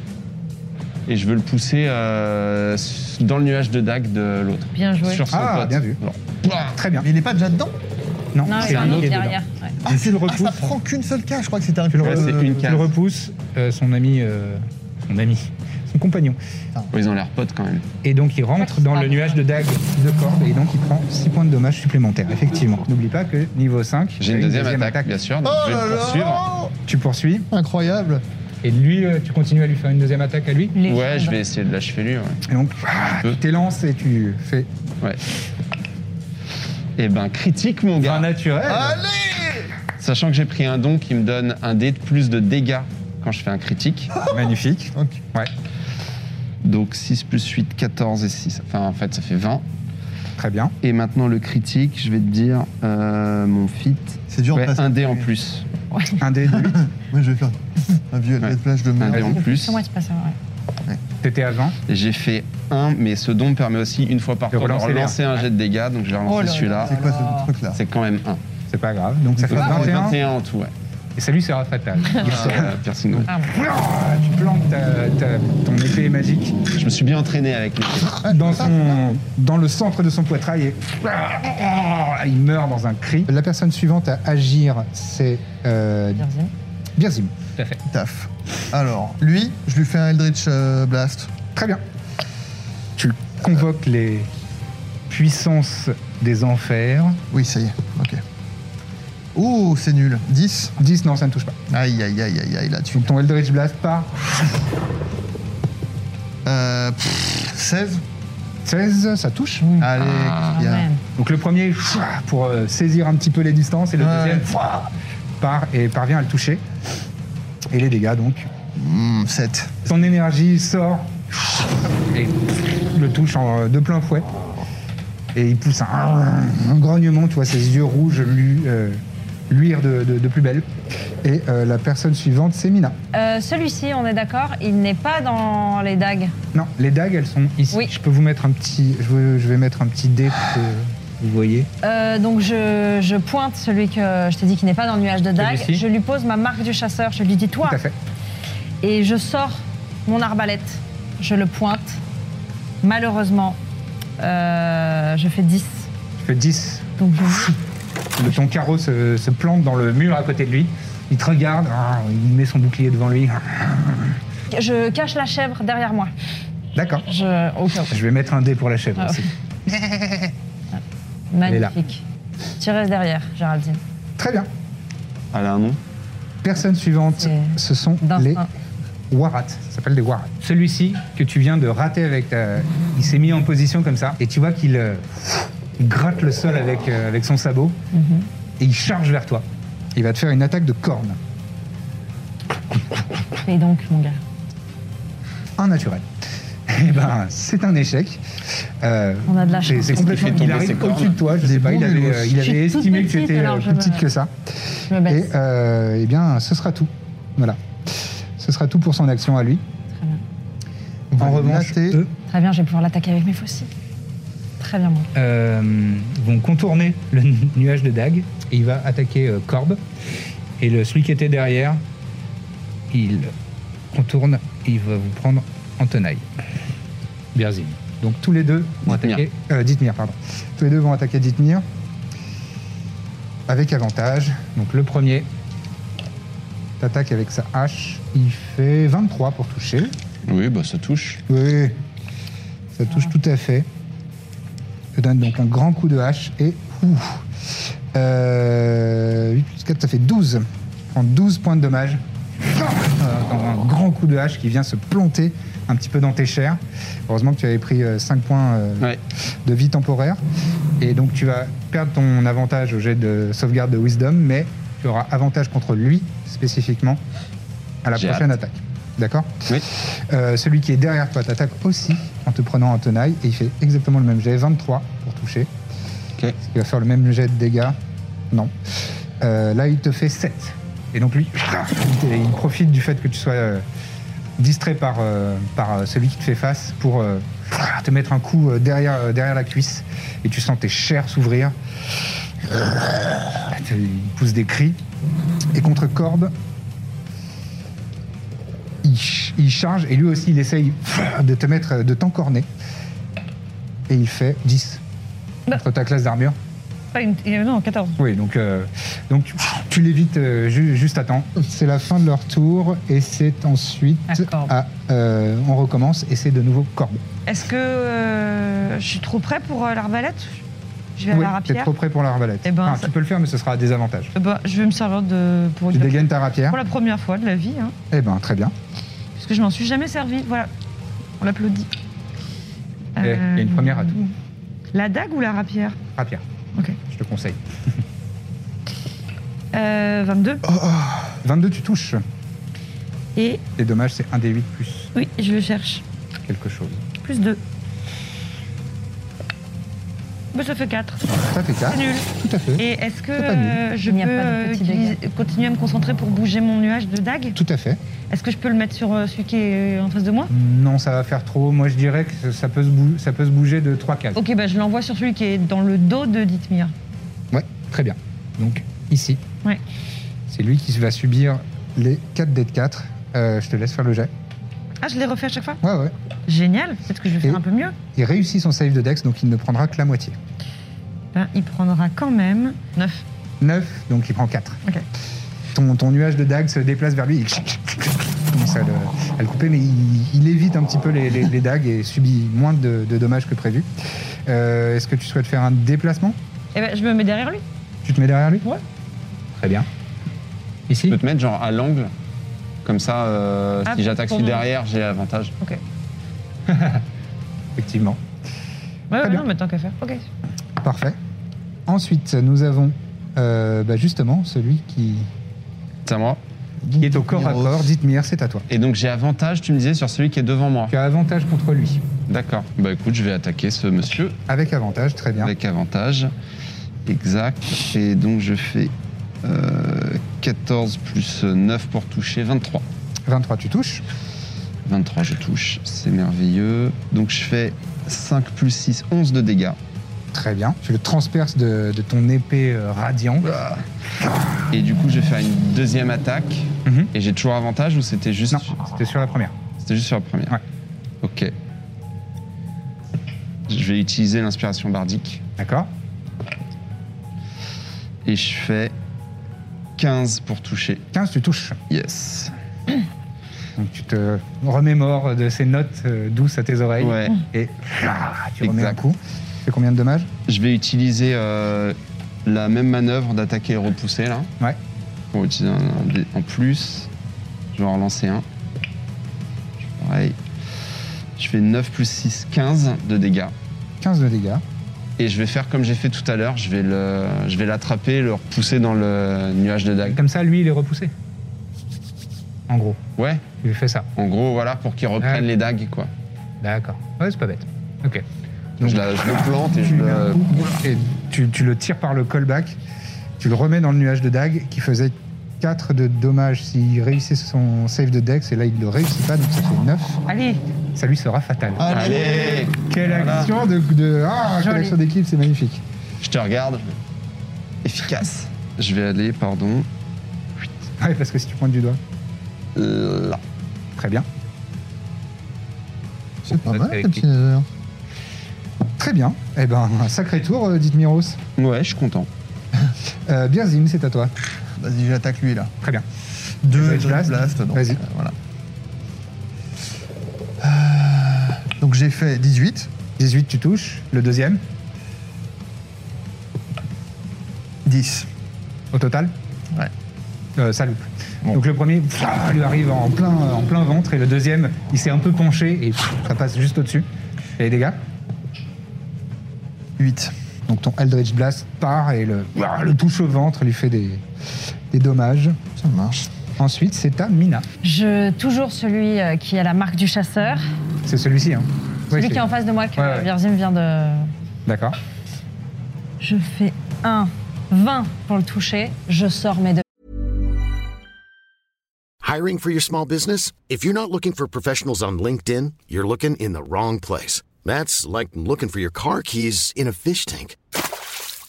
[SPEAKER 7] Et je veux le pousser euh, s- dans le nuage de dague de l'autre.
[SPEAKER 5] Bien joué.
[SPEAKER 7] Sur son
[SPEAKER 6] Ah,
[SPEAKER 7] pote.
[SPEAKER 6] bien vu.
[SPEAKER 7] Bon.
[SPEAKER 6] Très bien.
[SPEAKER 8] Mais il n'est pas déjà dedans
[SPEAKER 6] Non,
[SPEAKER 5] Non,
[SPEAKER 6] c'est
[SPEAKER 5] il y en a un
[SPEAKER 6] lui qui
[SPEAKER 5] autre
[SPEAKER 6] est dedans.
[SPEAKER 5] derrière. Ouais.
[SPEAKER 6] Ah, tu le repousses.
[SPEAKER 8] Ah, ça prend qu'une seule case, je crois que c'était un
[SPEAKER 6] Tu le,
[SPEAKER 7] Ouais,
[SPEAKER 6] re-
[SPEAKER 7] c'est une
[SPEAKER 6] tu
[SPEAKER 7] case.
[SPEAKER 6] Euh, le repousses, euh, son ami, euh, son ami, son compagnon.
[SPEAKER 7] Oh, ils ont l'air potes quand même.
[SPEAKER 6] Et donc il rentre dans le nuage de dague de corde et donc il prend 6 points de dommages supplémentaires, effectivement. N'oublie pas que niveau euh, 5,
[SPEAKER 7] J'ai une deuxième, attaque, bien sûr. Donc
[SPEAKER 8] Oh
[SPEAKER 7] je vais
[SPEAKER 8] là
[SPEAKER 7] le poursuivre.
[SPEAKER 8] là
[SPEAKER 6] Tu poursuis
[SPEAKER 8] Incroyable
[SPEAKER 6] et lui, euh, tu continues à lui faire une deuxième attaque à lui.
[SPEAKER 7] Ouais, je vais essayer de l'achever lui. ouais.
[SPEAKER 6] Et donc ah, tu t'élances et tu fais
[SPEAKER 7] Ouais. Eh ben, critique, mon gars.
[SPEAKER 6] un naturel.
[SPEAKER 7] Sachant que j'ai pris un don qui me donne un dé de plus de dégâts quand je fais un critique.
[SPEAKER 6] Ah, Magnifique.
[SPEAKER 8] Ok.
[SPEAKER 6] Ouais,
[SPEAKER 7] Donc 6 plus 8, 14 et 6. Enfin, en fait, ça fait 20.
[SPEAKER 6] très bien.
[SPEAKER 7] Et maintenant, le critique, je vais te dire euh, mon fit.
[SPEAKER 8] C'est dur de
[SPEAKER 7] Ouais,
[SPEAKER 8] passer.
[SPEAKER 7] un dé en plus.
[SPEAKER 6] Un dé de 8,
[SPEAKER 8] Moi, je vais faire un vieux
[SPEAKER 7] Ouais.
[SPEAKER 8] athlète flash de
[SPEAKER 7] Un dé en
[SPEAKER 8] merde.
[SPEAKER 7] plus.
[SPEAKER 5] Moi, c'est pas ça. ouais.
[SPEAKER 6] t'étais à 20.
[SPEAKER 7] Et J'ai fait 1, mais ce don me permet aussi, une fois par
[SPEAKER 6] De
[SPEAKER 7] tour, de
[SPEAKER 6] relancer les
[SPEAKER 7] relancer un jet de dégâts. Donc, je vais relancer celui-là.
[SPEAKER 8] C'est quoi ce truc-là
[SPEAKER 7] C'est quand même Ah, 1.
[SPEAKER 6] C'est pas grave. Donc ça fait
[SPEAKER 8] Ouais,
[SPEAKER 7] Donc,
[SPEAKER 6] 21.
[SPEAKER 7] 21 en tout, ouais.
[SPEAKER 6] Et ça lui sera fatal.
[SPEAKER 7] Euh, piercing, ouais.
[SPEAKER 6] Ah, tu plantes ta- ta- ton épée magique
[SPEAKER 7] Je me suis bien entraîné avec les
[SPEAKER 6] dans, son- dans le centre de son poitrail et Ah, il meurt dans un cri. La personne suivante à agir, c'est euh,
[SPEAKER 5] Birzim.
[SPEAKER 6] Birzim.
[SPEAKER 8] Taf. Alors, lui, je lui fais un Eldritch euh, Blast.
[SPEAKER 6] Très bien. Tu convoques les puissances des enfers.
[SPEAKER 8] Oui, ça y est. Ok. Oh, c'est nul. 10.
[SPEAKER 6] 10, non, ça ne touche pas.
[SPEAKER 8] Aïe, aïe, aïe, aïe, aïe, là, tu.
[SPEAKER 6] Donc ton Eldritch Blast part.
[SPEAKER 8] Euh, pff, 16.
[SPEAKER 6] 16, ça touche.
[SPEAKER 8] Allez, qu'est-ce qu'il y a
[SPEAKER 5] Amen.
[SPEAKER 6] Ah, Donc le premier, pfff, pour euh, saisir un petit peu les distances, et le
[SPEAKER 8] Ouais.
[SPEAKER 6] deuxième, pfff, part et parvient à le toucher. Et les dégâts, donc.
[SPEAKER 8] Hmm, 7.
[SPEAKER 6] Son énergie sort et le touche en- de plein fouet. Et il pousse un, un grognement, tu vois, ses yeux rouges lui, euh, luire de, de- de plus belle. Et euh, la personne suivante, c'est Mina.
[SPEAKER 5] Euh, Celui-ci, on est d'accord, il n'est pas dans les dagues.
[SPEAKER 6] Non, les dagues, elles sont ici.
[SPEAKER 5] Oui.
[SPEAKER 6] Je peux vous mettre un petit. Je, veux- je vais mettre un petit dé pour que vous voyez.
[SPEAKER 5] Euh, donc je, je pointe celui que je t'ai dit qui n'est pas dans le nuage de dagues.
[SPEAKER 6] Celui-ci.
[SPEAKER 5] Je lui pose ma marque du chasseur. Je lui dis toi.
[SPEAKER 6] Tout à fait.
[SPEAKER 5] Et je sors mon arbalète. Je le pointe. Malheureusement, euh, je fais 10.
[SPEAKER 6] Je fais 10.
[SPEAKER 5] Donc je-
[SPEAKER 6] Le, ton carreau se, se plante dans le mur à côté de lui. Il te regarde. Ah, il met son bouclier devant lui. Ah.
[SPEAKER 5] je cache la chèvre derrière moi.
[SPEAKER 6] D'accord.
[SPEAKER 5] Je... au cas où.
[SPEAKER 6] Je vais mettre un dé pour la chèvre
[SPEAKER 5] Ah.
[SPEAKER 6] aussi. est là.
[SPEAKER 5] Magnifique. Tu restes derrière, Géraldine.
[SPEAKER 6] Très bien.
[SPEAKER 7] Elle a un nom
[SPEAKER 6] Personne suivante,
[SPEAKER 5] C'est
[SPEAKER 6] ce sont les
[SPEAKER 5] D'instinct.
[SPEAKER 6] warats. Ça s'appelle des warats. Celui-ci que tu viens de rater avec ta... Il s'est mis en position comme ça. Et tu vois qu'il euh, il gratte le sol avec, euh, avec son sabot.
[SPEAKER 5] Mhm.
[SPEAKER 6] Et il charge vers toi. Il va te faire une attaque de corne.
[SPEAKER 5] Et donc, mon gars.
[SPEAKER 6] Un naturel. Eh ben, c'est un échec. Euh,
[SPEAKER 5] On a de la
[SPEAKER 6] c'est-
[SPEAKER 5] chance.
[SPEAKER 6] C'est complètement.
[SPEAKER 7] Il fait
[SPEAKER 6] Il
[SPEAKER 7] tomber ses
[SPEAKER 6] arrive
[SPEAKER 7] cornes.
[SPEAKER 6] au-dessus de toi. Je sais pas. Il avait, euh, il
[SPEAKER 5] Je suis
[SPEAKER 6] avait
[SPEAKER 5] toute
[SPEAKER 6] estimé que tu
[SPEAKER 5] petite,
[SPEAKER 6] étais euh,
[SPEAKER 5] alors je
[SPEAKER 6] plus petite
[SPEAKER 5] me-
[SPEAKER 6] que ça.
[SPEAKER 5] Je me
[SPEAKER 6] Et
[SPEAKER 5] baisse.
[SPEAKER 6] euh, eh bien, ce sera tout. Voilà. Ce sera tout pour son action à lui.
[SPEAKER 8] On va
[SPEAKER 6] En
[SPEAKER 8] le
[SPEAKER 6] revanche,
[SPEAKER 8] latter.
[SPEAKER 6] eux
[SPEAKER 5] Très bien, je vais pouvoir l'attaquer avec mes fossiles. Très bien, mon gars.
[SPEAKER 6] euh, vont contourner le nuage de Dag et il va attaquer euh, Corbe. Et le, celui qui était derrière, il contourne et il va vous prendre en tenaille. Berzin. Donc tous les deux vont
[SPEAKER 7] Dithmir.
[SPEAKER 6] attaquer. euh, Dithmir, pardon. Tous les deux vont attaquer Dithmir avec avantage. Donc le premier t'attaque avec sa hache. Il fait 23 pour toucher.
[SPEAKER 7] Oui, bah ça touche.
[SPEAKER 6] Oui, ça touche tout à fait. Je donne donc un grand coup de hache et. ouf. Euh, 8 plus 4, ça fait 12. Je prends 12 points de dommage. Euh, dans un grand coup de hache qui vient se planter un petit peu dans tes chairs. Heureusement que tu avais pris 5 points euh,
[SPEAKER 7] Ouais.
[SPEAKER 6] de vie temporaire. Et donc tu vas perdre ton avantage au jet de sauvegarde de Wisdom, mais tu auras avantage contre lui spécifiquement à la
[SPEAKER 7] J'ai
[SPEAKER 6] prochaine attaque. D'accord
[SPEAKER 7] Oui.
[SPEAKER 6] Euh, celui qui est derrière toi t'attaque aussi en te prenant en tenaille et il fait exactement le même jet, 23 pour toucher.
[SPEAKER 7] Ok.
[SPEAKER 6] Il va faire le même jet de dégâts. Non. Euh, là, il te fait 7. Et donc lui, il, il profite du fait que tu sois euh, distrait par, euh, par euh, celui qui te fait face pour euh, te mettre un coup euh, derrière, euh, derrière la cuisse. Et tu sens tes chairs s'ouvrir. Euh, Il pousse des cris. Et contre Corbe, il, ch- il charge et lui aussi il essaye de te mettre, de t'encorner. Et il fait 10 contre ta classe d'armure.
[SPEAKER 4] Pas une... il y a- Non, 14.
[SPEAKER 6] Oui, donc, euh, donc tu- tu l'évites euh, ju- juste à temps. C'est la fin de leur tour et c'est ensuite
[SPEAKER 4] À Corbe.
[SPEAKER 6] à, euh, on recommence et c'est de nouveau Corbe.
[SPEAKER 4] Est-ce que euh, je suis trop près pour euh, l'arbalète Je vais
[SPEAKER 6] Oui,
[SPEAKER 4] à la
[SPEAKER 6] t'es
[SPEAKER 4] rapière.
[SPEAKER 6] trop près pour la arbalète.
[SPEAKER 4] Eh ben,
[SPEAKER 6] Enfin,
[SPEAKER 4] ça-
[SPEAKER 6] Tu peux le faire, mais ce sera à désavantage.
[SPEAKER 4] Eh ben, je vais me servir de pour,
[SPEAKER 6] Tu dégaines ta rapière.
[SPEAKER 4] pour la première fois de la vie, hein,
[SPEAKER 6] Eh ben, très bien.
[SPEAKER 4] puisque je m'en suis jamais servi. Voilà, on l'applaudit. Euh,
[SPEAKER 6] Eh, il y a une première à tout.
[SPEAKER 4] La dague ou la rapière
[SPEAKER 6] Rapière.
[SPEAKER 4] Ok.
[SPEAKER 6] Je te conseille.
[SPEAKER 4] Euh, 22.
[SPEAKER 6] 22, tu touches.
[SPEAKER 4] Et
[SPEAKER 6] Et dommage, c'est 1 des 8 plus
[SPEAKER 4] oui, je le cherche.
[SPEAKER 6] quelque chose.
[SPEAKER 4] Plus 2. Mais Bah, ça fait 4.
[SPEAKER 6] Ça fait 4.
[SPEAKER 4] C'est nul.
[SPEAKER 6] Tout à fait.
[SPEAKER 4] Et est-ce que
[SPEAKER 6] C'est pas nul.
[SPEAKER 4] euh, je
[SPEAKER 5] Il n'y a
[SPEAKER 4] peux
[SPEAKER 5] pas de
[SPEAKER 4] euh,
[SPEAKER 5] petit
[SPEAKER 4] utiliser- continuer à me concentrer pour bouger mon nuage de dague
[SPEAKER 6] Tout à fait.
[SPEAKER 4] Est-ce que je peux le mettre sur euh, celui qui est en face de moi
[SPEAKER 6] Non, ça va faire trop. Moi, je dirais que ça peut se, bou- ça peut se bouger de 3 cases.
[SPEAKER 4] Ok, bah je l'envoie sur celui qui est dans le dos de Dithmir.
[SPEAKER 6] Ouais, très bien. Donc, ici.
[SPEAKER 4] Ouais.
[SPEAKER 6] C'est lui qui va subir les 4 dés de 4. Euh, je te laisse faire le jet.
[SPEAKER 4] Ah, je les refais à chaque fois
[SPEAKER 6] Ouais, ouais.
[SPEAKER 4] Génial, peut-être que je vais faire
[SPEAKER 6] Et-
[SPEAKER 4] un peu mieux.
[SPEAKER 6] Il réussit son save de Dex, donc il ne prendra que la moitié.
[SPEAKER 4] Ben, il prendra quand même 9.
[SPEAKER 6] 9, donc il prend 4.
[SPEAKER 4] Ok.
[SPEAKER 6] Ton, ton nuage de dagues se déplace vers lui. Il commence à le, à le couper, mais il, il évite un petit peu les, les- les dagues et subit moins de, de dommages que prévu. Euh, Est-ce que tu souhaites faire un déplacement
[SPEAKER 4] Et ben, je me mets derrière lui.
[SPEAKER 6] Tu te mets derrière lui Ouais. Très bien. Ici
[SPEAKER 7] Je peux te mettre genre à l'angle. Comme ça, euh,
[SPEAKER 4] Ah,
[SPEAKER 7] si j'attaque
[SPEAKER 4] pour
[SPEAKER 7] celui
[SPEAKER 4] moi.
[SPEAKER 7] derrière, j'ai l'avantage.
[SPEAKER 6] Effectivement.
[SPEAKER 4] Ouais, ouais,
[SPEAKER 6] bien.
[SPEAKER 4] non, mais tant qu'à faire. Ok.
[SPEAKER 6] Parfait. Ensuite, nous avons euh, bah, justement celui qui,
[SPEAKER 7] C'est à moi.
[SPEAKER 6] qui est au corps à corps. Dithmir, c'est à toi.
[SPEAKER 7] Et donc j'ai avantage, tu me disais, sur celui qui est devant moi.
[SPEAKER 6] Tu as avantage contre lui.
[SPEAKER 7] D'accord. Bah écoute, je vais attaquer ce monsieur
[SPEAKER 6] Avec avantage, très bien.
[SPEAKER 7] avec avantage. Exact. Et donc je fais Euh, 14 plus 9 pour toucher, 23.
[SPEAKER 6] 23, tu touches.
[SPEAKER 7] 23, je touche, c'est merveilleux. Donc je fais 5 plus 6, 11 de dégâts.
[SPEAKER 6] Très bien. Tu le transperces de, de ton épée euh, radiante.
[SPEAKER 7] Et du coup, je vais faire une deuxième attaque.
[SPEAKER 6] Mhm.
[SPEAKER 7] Et j'ai toujours avantage ou c'était juste.
[SPEAKER 6] Non, c'était sur la première.
[SPEAKER 7] C'était juste sur la première
[SPEAKER 6] Ouais.
[SPEAKER 7] Ok. Je vais utiliser l'inspiration bardique.
[SPEAKER 6] D'accord
[SPEAKER 7] Et je fais 15 pour toucher.
[SPEAKER 6] 15, tu touches.
[SPEAKER 7] Yes.
[SPEAKER 6] Donc tu te remémores de ces notes euh, douces à tes oreilles.
[SPEAKER 7] Ouais.
[SPEAKER 6] Et ah, tu remets
[SPEAKER 7] Exact.
[SPEAKER 6] un coup. Tu fais combien de dommages
[SPEAKER 7] Je vais utiliser euh, la même manœuvre d'attaquer et repousser là.
[SPEAKER 6] Ouais.
[SPEAKER 7] Pour utiliser un, un dé en plus. Je vais en relancer un. Pareil. Je fais 9 plus 6, 15 de dégâts.
[SPEAKER 6] 15 de dégâts.
[SPEAKER 7] Et je vais faire comme j'ai fait tout à l'heure, je vais le, je vais l'attraper, le repousser dans le nuage de dague.
[SPEAKER 6] Comme ça, lui, il est repoussé. En gros,
[SPEAKER 7] Ouais,
[SPEAKER 6] tu lui fais ça.
[SPEAKER 7] en gros, voilà, pour qu'il reprenne
[SPEAKER 6] Ouais.
[SPEAKER 7] les dagues, quoi.
[SPEAKER 6] D'accord. Ouais, c'est pas bête. Ok. Donc,
[SPEAKER 7] je, la- je le plante et je
[SPEAKER 6] Tu, mets
[SPEAKER 7] le...
[SPEAKER 6] un coup, et tu, tu le tires par le callback. Tu le remets dans le nuage de dague qui faisait 4 de dommages s'il réussissait son save de dex. Et là, il ne le réussit pas, donc ça fait 9.
[SPEAKER 4] Allez,
[SPEAKER 6] Ça lui sera fatal.
[SPEAKER 7] Allez
[SPEAKER 6] quelle
[SPEAKER 7] voilà.
[SPEAKER 6] action de, de- ah, quelle
[SPEAKER 4] Joli.
[SPEAKER 6] action d'équipe, c'est magnifique.
[SPEAKER 7] Je te regarde. Efficace. Je vais aller, pardon,
[SPEAKER 6] Ouais, parce que si tu pointes du doigt.
[SPEAKER 7] là.
[SPEAKER 6] Très bien.
[SPEAKER 8] C'est pas
[SPEAKER 3] Note
[SPEAKER 8] mal,
[SPEAKER 3] avec
[SPEAKER 8] les petits lasers.
[SPEAKER 6] Très bien. Eh ben, un sacré tour, euh, dites Miros.
[SPEAKER 7] Ouais, je suis content.
[SPEAKER 6] Euh, bien Zim, c'est à toi.
[SPEAKER 8] Vas-y, j'attaque lui, là.
[SPEAKER 6] Très bien.
[SPEAKER 8] Deux
[SPEAKER 6] Eldritch
[SPEAKER 8] Eldritch
[SPEAKER 6] Blast.
[SPEAKER 8] Blast, donc,
[SPEAKER 6] Vas-y.
[SPEAKER 8] euh, voilà. Euh, Donc j'ai fait 18,
[SPEAKER 6] 18, tu touches. Le deuxième,
[SPEAKER 8] 10.
[SPEAKER 6] au total
[SPEAKER 8] Ouais.
[SPEAKER 6] Euh, ça loupe.
[SPEAKER 8] Bon.
[SPEAKER 6] Donc le premier pff, lui arrive en plein, en plein ventre et le deuxième, il s'est un peu penché et pff, ça passe juste au-dessus. Et les dégâts
[SPEAKER 8] 8.
[SPEAKER 6] Donc ton Eldritch Blast part et le, le touche au ventre lui fait des, des dommages.
[SPEAKER 8] Ça marche.
[SPEAKER 6] Ensuite, c'est à Mina.
[SPEAKER 5] Je, toujours celui euh, qui a la marque du chasseur.
[SPEAKER 6] C'est celui-ci. Hein. Oui,
[SPEAKER 5] celui
[SPEAKER 6] c'est-
[SPEAKER 5] qui est en face de moi, que
[SPEAKER 6] Ouais, ouais.
[SPEAKER 5] Birzim vient de.
[SPEAKER 6] D'accord.
[SPEAKER 5] Je fais 1, 20 pour le toucher. Je sors mes deux.
[SPEAKER 10] Hiring for your small business? If you're not looking for professionals on LinkedIn, you're looking in the wrong place. That's like looking for your car keys in a fish tank.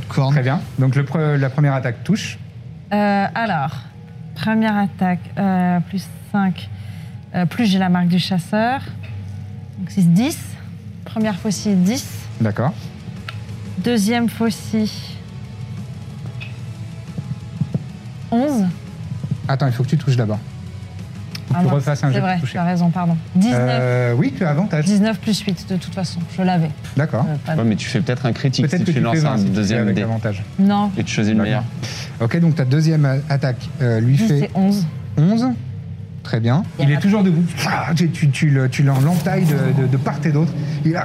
[SPEAKER 8] de corne.
[SPEAKER 6] Très bien. Donc le pre- la première attaque touche.
[SPEAKER 5] Euh, alors, première attaque, euh, plus 5, plus j'ai la marque du chasseur. Donc 6, 10. Première faucille, 10.
[SPEAKER 6] D'accord.
[SPEAKER 5] Deuxième faucille, 11.
[SPEAKER 6] Attends, il faut que tu touches d'abord. Faut que
[SPEAKER 5] Ah
[SPEAKER 6] tu
[SPEAKER 5] non,
[SPEAKER 6] refasses un
[SPEAKER 5] C'est
[SPEAKER 6] jeu
[SPEAKER 5] vrai,
[SPEAKER 6] pour toucher.
[SPEAKER 5] tu as raison, pardon. 19,
[SPEAKER 6] Euh, Ah. oui, tu as avantage.
[SPEAKER 5] 19 plus 8, de toute façon, je l'avais.
[SPEAKER 6] D'accord.
[SPEAKER 5] Euh, pas-
[SPEAKER 7] Ouais, mais tu fais peut-être un critique si
[SPEAKER 6] Peut-être que
[SPEAKER 7] tu,
[SPEAKER 6] tu
[SPEAKER 7] lances
[SPEAKER 6] fais 20
[SPEAKER 7] un
[SPEAKER 6] si tu fais
[SPEAKER 7] deuxième
[SPEAKER 6] avec
[SPEAKER 7] dé
[SPEAKER 6] avantage.
[SPEAKER 5] Non,
[SPEAKER 7] et tu choisis le meilleur.
[SPEAKER 6] Ok, donc ta deuxième a- attaque euh, lui fait
[SPEAKER 5] c'est 11.
[SPEAKER 6] 11. Très bien. Il est toujours debout. Ah, Tu, tu, tu le- tu l'en- l'entailles de, de- de part et d'autre. Il, a-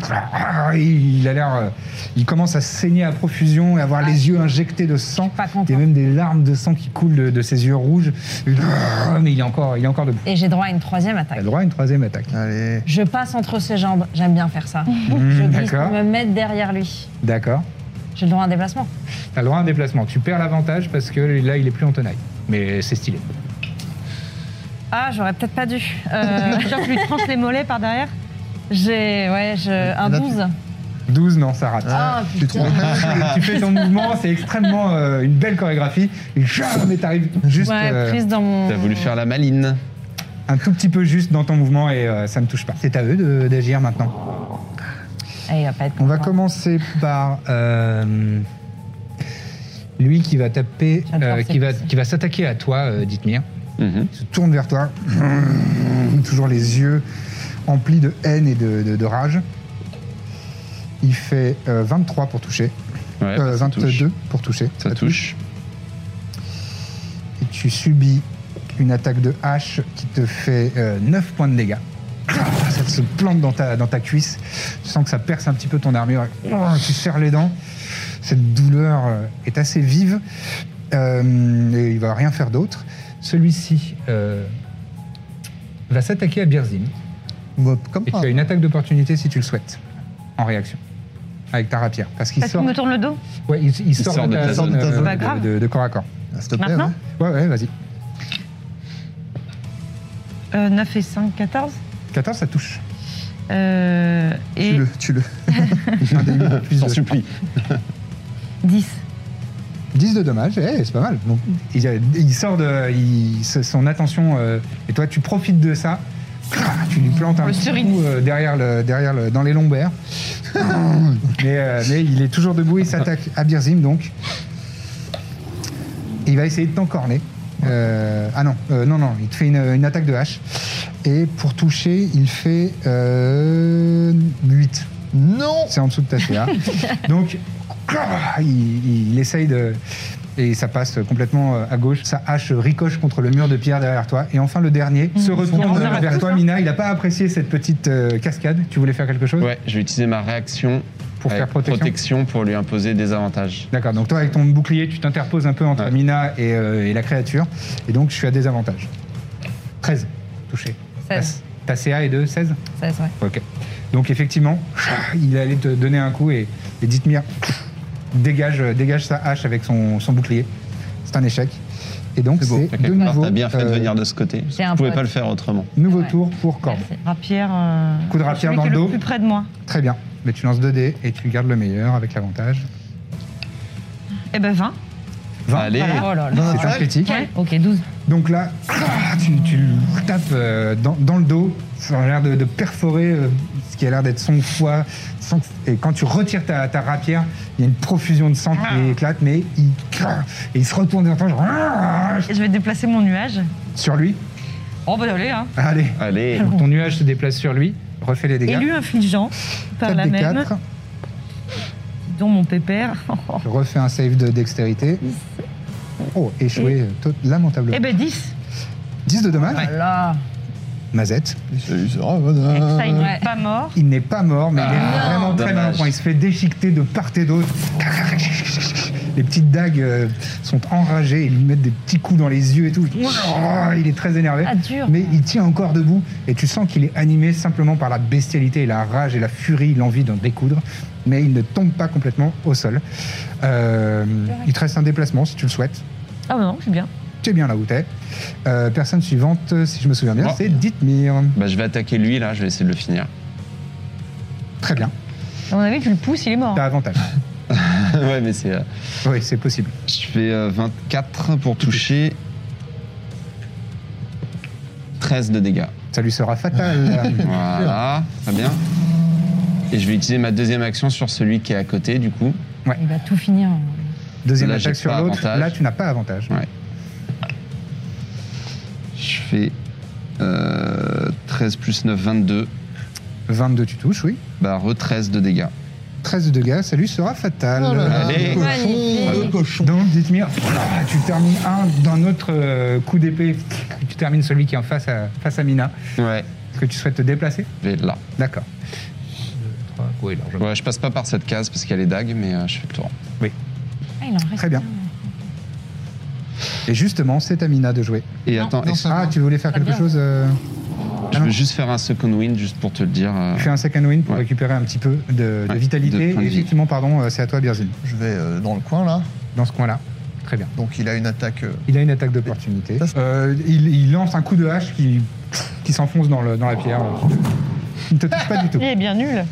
[SPEAKER 6] ah, il a l'air. euh, Il commence à saigner à profusion et avoir les yeux injectés de sang.
[SPEAKER 5] pas hein. content.
[SPEAKER 6] Il y a même des larmes de sang qui coulent de, de ses yeux rouges. Ah, Mais il est encore, il est encore debout.
[SPEAKER 5] Et j'ai droit à une troisième attaque.
[SPEAKER 6] Il a droit à une troisième attaque.
[SPEAKER 8] Allez.
[SPEAKER 5] Je passe entre ses jambes, j'aime bien faire ça. Ah. je glisse pour
[SPEAKER 6] Mmh, Hmm, d'accord.
[SPEAKER 5] me mettre derrière lui.
[SPEAKER 6] D'accord.
[SPEAKER 5] J'ai le droit à un déplacement.
[SPEAKER 6] T'as le droit à un déplacement. Tu perds l'avantage parce que là, il est plus en tenaille. Mais c'est stylé.
[SPEAKER 5] Ah, j'aurais peut-être pas dû. Euh, genre, je lui tranche les mollets par derrière. J'ai, ouais, je, un
[SPEAKER 8] là,
[SPEAKER 5] 12.
[SPEAKER 6] 12, non, ça rate.
[SPEAKER 5] Ah,
[SPEAKER 8] Tu te trompes.
[SPEAKER 6] tu fais ton mouvement, c'est extrêmement euh, une belle chorégraphie. Genre, Mais t'arrives juste
[SPEAKER 5] ouais,
[SPEAKER 6] euh,
[SPEAKER 5] prise dans mon.
[SPEAKER 7] T'as voulu faire la maline.
[SPEAKER 6] un tout petit peu juste dans ton mouvement et euh, ça ne touche pas. C'est à eux de- d'agir maintenant.
[SPEAKER 5] Ah, il va pas être
[SPEAKER 6] On va
[SPEAKER 5] content.
[SPEAKER 6] commencer par euh, lui qui va taper,
[SPEAKER 5] J'adore
[SPEAKER 6] euh,
[SPEAKER 5] ces
[SPEAKER 6] qui va,
[SPEAKER 5] petits.
[SPEAKER 6] qui va s'attaquer à toi, euh, Dithmir.
[SPEAKER 7] Mhm.
[SPEAKER 6] se tourne vers toi, toujours les yeux emplis de haine et de, de- de rage. Il fait euh, 23 pour toucher,
[SPEAKER 7] Ouais,
[SPEAKER 6] Euh,
[SPEAKER 7] ça touche.
[SPEAKER 6] 22 pour toucher.
[SPEAKER 7] Ça touche.
[SPEAKER 6] Et tu tu subis une attaque de hache qui te fait euh, 9 points de dégâts. Ah, Ça se plante dans ta, dans ta cuisse. Tu sens que ça perce un petit peu ton armure. Oh, Tu serres les dents. Cette douleur euh, est assez vive. Euh, et il va rien faire d'autre. Celui-ci euh, va s'attaquer à Birzim. et tu as une attaque d'opportunité si tu le souhaites, en réaction, avec ta rapière. Parce qu'il
[SPEAKER 4] Parce qu'il
[SPEAKER 6] sort,
[SPEAKER 4] me tourne le dos
[SPEAKER 6] ouais, il, il sort, de, ta zone, euh,
[SPEAKER 4] C'est pas
[SPEAKER 6] de-
[SPEAKER 4] grave.
[SPEAKER 6] de- de corps à corps.
[SPEAKER 8] Ah, hein.
[SPEAKER 4] Maintenant
[SPEAKER 6] ouais. ouais, vas-y.
[SPEAKER 4] Euh, 9 et 5, 14.
[SPEAKER 6] 14, ça touche.
[SPEAKER 4] Euh, et
[SPEAKER 6] Tue-le, tue-le.
[SPEAKER 7] euh,
[SPEAKER 6] J'en supplie.
[SPEAKER 4] 10.
[SPEAKER 6] 10 de dommages, eh, c'est pas mal. Donc, il, y a- il sort de il- se- son attention, euh, et toi, tu profites de ça. Ah, Tu lui plantes un petit coup euh, derrière le, derrière le- dans les lombaires. mais, euh, mais il est toujours debout, il s'attaque à Birzim, donc. Et il va essayer de t'encorner. Euh, ah non, euh, non, non, il te fait une, une attaque de hache. Et pour toucher, il fait euh, 8. Non C'est en dessous de ta CA. Donc, ah, il, il essaye de. Et ça passe complètement euh, à gauche. Sa hache ricoche contre le mur de pierre derrière toi. Et enfin, le dernier se retourne
[SPEAKER 7] Mmh, On arrête
[SPEAKER 6] vers
[SPEAKER 7] tout
[SPEAKER 6] toi,
[SPEAKER 7] ça.
[SPEAKER 6] Mina. Il n'a pas apprécié cette petite euh, cascade. Tu voulais faire quelque chose
[SPEAKER 7] Ouais, je vais utiliser ma réaction
[SPEAKER 6] Pour
[SPEAKER 7] avec
[SPEAKER 6] faire protection
[SPEAKER 7] pour lui imposer des avantages.
[SPEAKER 6] D'accord. Donc, toi, avec ton bouclier, tu t'interposes un peu entre Mina et, euh, et la créature. Et donc, je suis à désavantage. 13, touché.
[SPEAKER 4] 16.
[SPEAKER 6] Ta, ta CA est de 16
[SPEAKER 4] 16, ouais.
[SPEAKER 6] Ok. Donc effectivement, il allait te donner un coup et, et Dithmir dégage, dégage sa hache avec son, son bouclier. C'est un échec. Et donc
[SPEAKER 7] beau.
[SPEAKER 6] c'est
[SPEAKER 7] T'as
[SPEAKER 6] de
[SPEAKER 7] quelque part,
[SPEAKER 6] nouveau,
[SPEAKER 7] Ah, T'as bien fait de
[SPEAKER 6] euh,
[SPEAKER 7] venir de ce côté.
[SPEAKER 4] J'ai un
[SPEAKER 7] Je pouvais
[SPEAKER 4] pote.
[SPEAKER 7] pas le faire autrement.
[SPEAKER 6] nouveau tour pour Corbe.
[SPEAKER 4] Rapière. euh,
[SPEAKER 6] Coup de rapière
[SPEAKER 4] celui
[SPEAKER 6] dans
[SPEAKER 4] qui
[SPEAKER 6] le
[SPEAKER 4] est
[SPEAKER 6] dos.
[SPEAKER 4] plus près de moi.
[SPEAKER 6] Très bien. Mais tu lances 2 dés et tu gardes le meilleur avec l'avantage.
[SPEAKER 4] Eh ben 20.
[SPEAKER 6] 20.
[SPEAKER 4] Voilà. Oh là là.
[SPEAKER 6] C'est un critique.
[SPEAKER 4] Ouais. Ok, 12.
[SPEAKER 6] Donc là, ah, tu, tu le tapes euh, dans, dans le dos, ça a l'air de, de perforer euh, ce qui a l'air d'être son foie. sans que- et quand tu retires ta, ta rapière, il y a une profusion de sang
[SPEAKER 4] Ah.
[SPEAKER 6] qui éclate, mais il, et il se retourne et entend genre, ah,
[SPEAKER 4] Et je vais déplacer mon nuage.
[SPEAKER 6] sur lui.
[SPEAKER 4] Oh bah allez, hein.
[SPEAKER 6] Allez.
[SPEAKER 7] Allez.
[SPEAKER 6] Donc ton nuage se déplace sur lui, refais les dégâts.
[SPEAKER 4] Élu infligeant par
[SPEAKER 6] Quatre
[SPEAKER 4] la
[SPEAKER 6] des
[SPEAKER 4] même,
[SPEAKER 6] quatre.
[SPEAKER 4] dont mon pépère.
[SPEAKER 6] Je refais un save de dextérité. Oh, échoué euh, to- lamentablement.
[SPEAKER 4] Eh ben 10.
[SPEAKER 6] 10 de dommage.
[SPEAKER 4] Voilà.
[SPEAKER 6] Mazette.
[SPEAKER 4] Ça, il n'est pas mort.
[SPEAKER 6] Il n'est pas mort, mais il est
[SPEAKER 4] Ah,
[SPEAKER 6] vraiment très
[SPEAKER 7] dommage.
[SPEAKER 6] mal point. Il se fait déchiqueter de part et d'autre. Les petites dagues euh, sont enragées, ils lui mettent des petits coups dans les yeux et tout. Il est très énervé.
[SPEAKER 5] Ah, dur.
[SPEAKER 6] Mais il tient encore debout et tu sens qu'il est animé simplement par la bestialité, la rage et la furie, l'envie d'en découdre. Mais il ne tombe pas complètement au sol. Euh, il te reste un déplacement si tu le souhaites.
[SPEAKER 4] Ah bah non, je suis bien.
[SPEAKER 6] Tu es bien là où t'es. Euh, personne suivante, si je me souviens bien,
[SPEAKER 7] Oh.
[SPEAKER 6] c'est Dithmir.
[SPEAKER 7] Bah, je vais attaquer lui là, je vais essayer de le finir.
[SPEAKER 6] Très bien,
[SPEAKER 4] À mon avis, tu le pousses, il est mort.
[SPEAKER 6] t'as avantage.
[SPEAKER 7] ouais, mais c'est. euh,
[SPEAKER 6] oui, c'est possible.
[SPEAKER 7] Je fais euh, 24 pour toucher. 13 de dégâts.
[SPEAKER 6] Ça lui sera fatal.
[SPEAKER 7] Voilà, très bien. Et je vais utiliser ma deuxième action sur celui qui est à côté, du coup.
[SPEAKER 5] Il va tout finir.
[SPEAKER 6] Deuxième
[SPEAKER 7] Là,
[SPEAKER 6] attaque
[SPEAKER 7] j'ai
[SPEAKER 6] sur
[SPEAKER 7] pas
[SPEAKER 6] l'autre.
[SPEAKER 7] avantage.
[SPEAKER 6] Là, tu n'as pas avantage.
[SPEAKER 7] Ouais. Je fais euh, 13 plus 9, 22.
[SPEAKER 6] 22, tu touches, oui.
[SPEAKER 7] Bah, re 13 de dégâts.
[SPEAKER 6] 13 de dégâts, ça lui sera fatal.
[SPEAKER 8] Oh là là,
[SPEAKER 7] Allez.
[SPEAKER 8] cochon, de cochon.
[SPEAKER 6] Donc, dites-moi, tu termines un d'un autre euh, coup d'épée. Tu termines celui qui est en face à, face à Mina.
[SPEAKER 7] Ouais,
[SPEAKER 6] Est-ce que tu souhaites te déplacer
[SPEAKER 7] je vais là.
[SPEAKER 6] D'accord.
[SPEAKER 7] Ouais, je passe pas par cette case parce qu'elle est dague, mais euh, je fais le tour.
[SPEAKER 5] Ah, il en reste
[SPEAKER 6] Très bien. Et justement, c'est à Mina de jouer.
[SPEAKER 7] Et attends, est-ce-
[SPEAKER 6] Ah, tu voulais faire quelque chose euh,
[SPEAKER 7] je
[SPEAKER 6] non.
[SPEAKER 7] veux juste faire un second win, juste pour te le dire. euh,
[SPEAKER 6] Tu fais un second win pour
[SPEAKER 7] Ouais.
[SPEAKER 6] récupérer un petit peu de, de
[SPEAKER 7] Ouais,
[SPEAKER 6] vitalité.
[SPEAKER 7] de points de
[SPEAKER 6] Et
[SPEAKER 7] vie.
[SPEAKER 6] effectivement, pardon, euh, c'est à toi, Birzim,
[SPEAKER 8] Je vais euh, dans le coin là.
[SPEAKER 6] dans ce coin-là. Très bien.
[SPEAKER 8] Donc il a une attaque. euh,
[SPEAKER 6] Il a une attaque d'opportunité.
[SPEAKER 8] Ça, c'est-
[SPEAKER 6] Euh, il, il lance un coup de hache qui, qui s'enfonce dans, le- dans la pierre.
[SPEAKER 8] Oh.
[SPEAKER 6] Il ne te touche pas du tout.
[SPEAKER 4] Il est bien nul.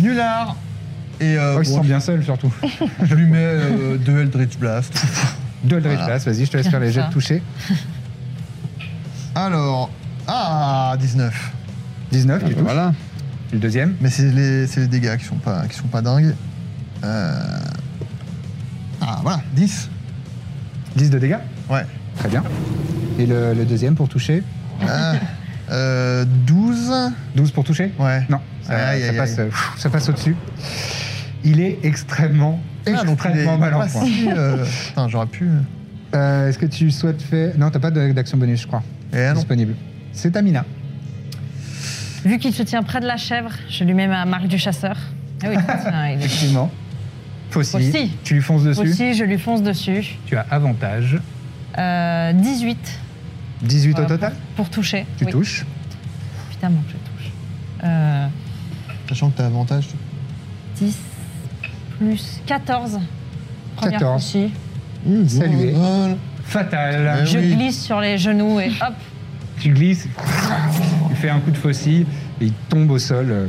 [SPEAKER 8] Nulard Et euh,
[SPEAKER 6] Oh, il se
[SPEAKER 8] bon,
[SPEAKER 6] sent bien seul surtout.
[SPEAKER 8] je lui mets euh, deux Eldritch Blast.
[SPEAKER 6] Deux Eldritch Blast, vas-y, je te laisse faire les jets
[SPEAKER 5] Ça.
[SPEAKER 6] de toucher.
[SPEAKER 8] Alors. Ah 19.
[SPEAKER 6] 19, tu touches.
[SPEAKER 7] voilà.
[SPEAKER 6] Le deuxième.
[SPEAKER 8] Mais c'est les, c'est les dégâts qui sont pas, qui sont pas dingues. Euh, Ah voilà, 10.
[SPEAKER 6] 10 de dégâts.
[SPEAKER 8] Ouais.
[SPEAKER 6] Très bien. Et le, le deuxième pour toucher.
[SPEAKER 8] Ah, euh, 12.
[SPEAKER 6] 12 pour toucher
[SPEAKER 8] Ouais.
[SPEAKER 6] Non, ça,
[SPEAKER 8] Aïe,
[SPEAKER 6] ça
[SPEAKER 8] aïe, aïe.
[SPEAKER 6] passe, euh, pff, ça passe au-dessus. Il est extrêmement,
[SPEAKER 8] Ah, donc il est
[SPEAKER 6] extrêmement mal en
[SPEAKER 8] pas
[SPEAKER 6] point.
[SPEAKER 8] si, euh, Putain, j'aurais pu. euh,
[SPEAKER 6] Euh, Est-ce que tu souhaites faire. Non, t'as pas de- d'action bonus, je crois.
[SPEAKER 8] Ah
[SPEAKER 6] Disponible. C'est Amina.
[SPEAKER 5] Vu qu'il se tient près de la chèvre, je lui mets ma marque du chasseur. Ah oui, tiens, il est-
[SPEAKER 6] Effectivement. Faucille.
[SPEAKER 5] Faucille.
[SPEAKER 6] Tu lui fonces dessus.
[SPEAKER 5] Aussi, je lui fonce dessus.
[SPEAKER 6] Tu as avantage.
[SPEAKER 5] Euh, 18
[SPEAKER 6] 18
[SPEAKER 5] Voilà,
[SPEAKER 6] au total
[SPEAKER 5] pour toucher.
[SPEAKER 6] Tu
[SPEAKER 5] oui.
[SPEAKER 6] touches.
[SPEAKER 5] Évidemment que je touche. Euh,
[SPEAKER 8] Sachant que t'as avantage.
[SPEAKER 5] 10 plus 14. Première
[SPEAKER 6] 14.
[SPEAKER 5] faucille.
[SPEAKER 6] Mmh, Salué.
[SPEAKER 8] Voilà.
[SPEAKER 6] Fatal.
[SPEAKER 5] Je
[SPEAKER 8] Ah oui.
[SPEAKER 5] glisse sur les genoux et hop,
[SPEAKER 6] Tu glisses. Tu fais un coup de faucille et il tombe au sol. euh,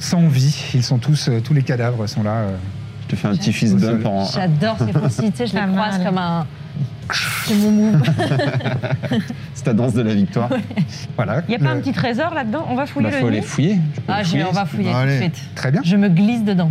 [SPEAKER 6] sans vie. Ils sont tous. euh, tous les cadavres sont là. euh,
[SPEAKER 7] Je te fais un petit fist
[SPEAKER 6] Au
[SPEAKER 7] bump
[SPEAKER 6] sol.
[SPEAKER 8] Oh.
[SPEAKER 7] en.
[SPEAKER 5] j'adore ces faucilles. Tu sais, je
[SPEAKER 4] Pas
[SPEAKER 5] les croise
[SPEAKER 4] mal.
[SPEAKER 5] comme un. C'est mon move.
[SPEAKER 7] C'est ta danse de la victoire.
[SPEAKER 6] voilà. Euh,
[SPEAKER 4] Y a pas
[SPEAKER 6] Le-
[SPEAKER 4] un petit trésor là-dedans On va fouiller
[SPEAKER 7] Bah, faut
[SPEAKER 4] le nid
[SPEAKER 7] aller fouiller. Tu peux
[SPEAKER 5] Ah,
[SPEAKER 7] aller
[SPEAKER 5] je vais- on
[SPEAKER 7] fouiller.
[SPEAKER 5] va fouiller tout
[SPEAKER 8] Allez.
[SPEAKER 5] de suite.
[SPEAKER 6] Très bien.
[SPEAKER 5] Je me glisse dedans.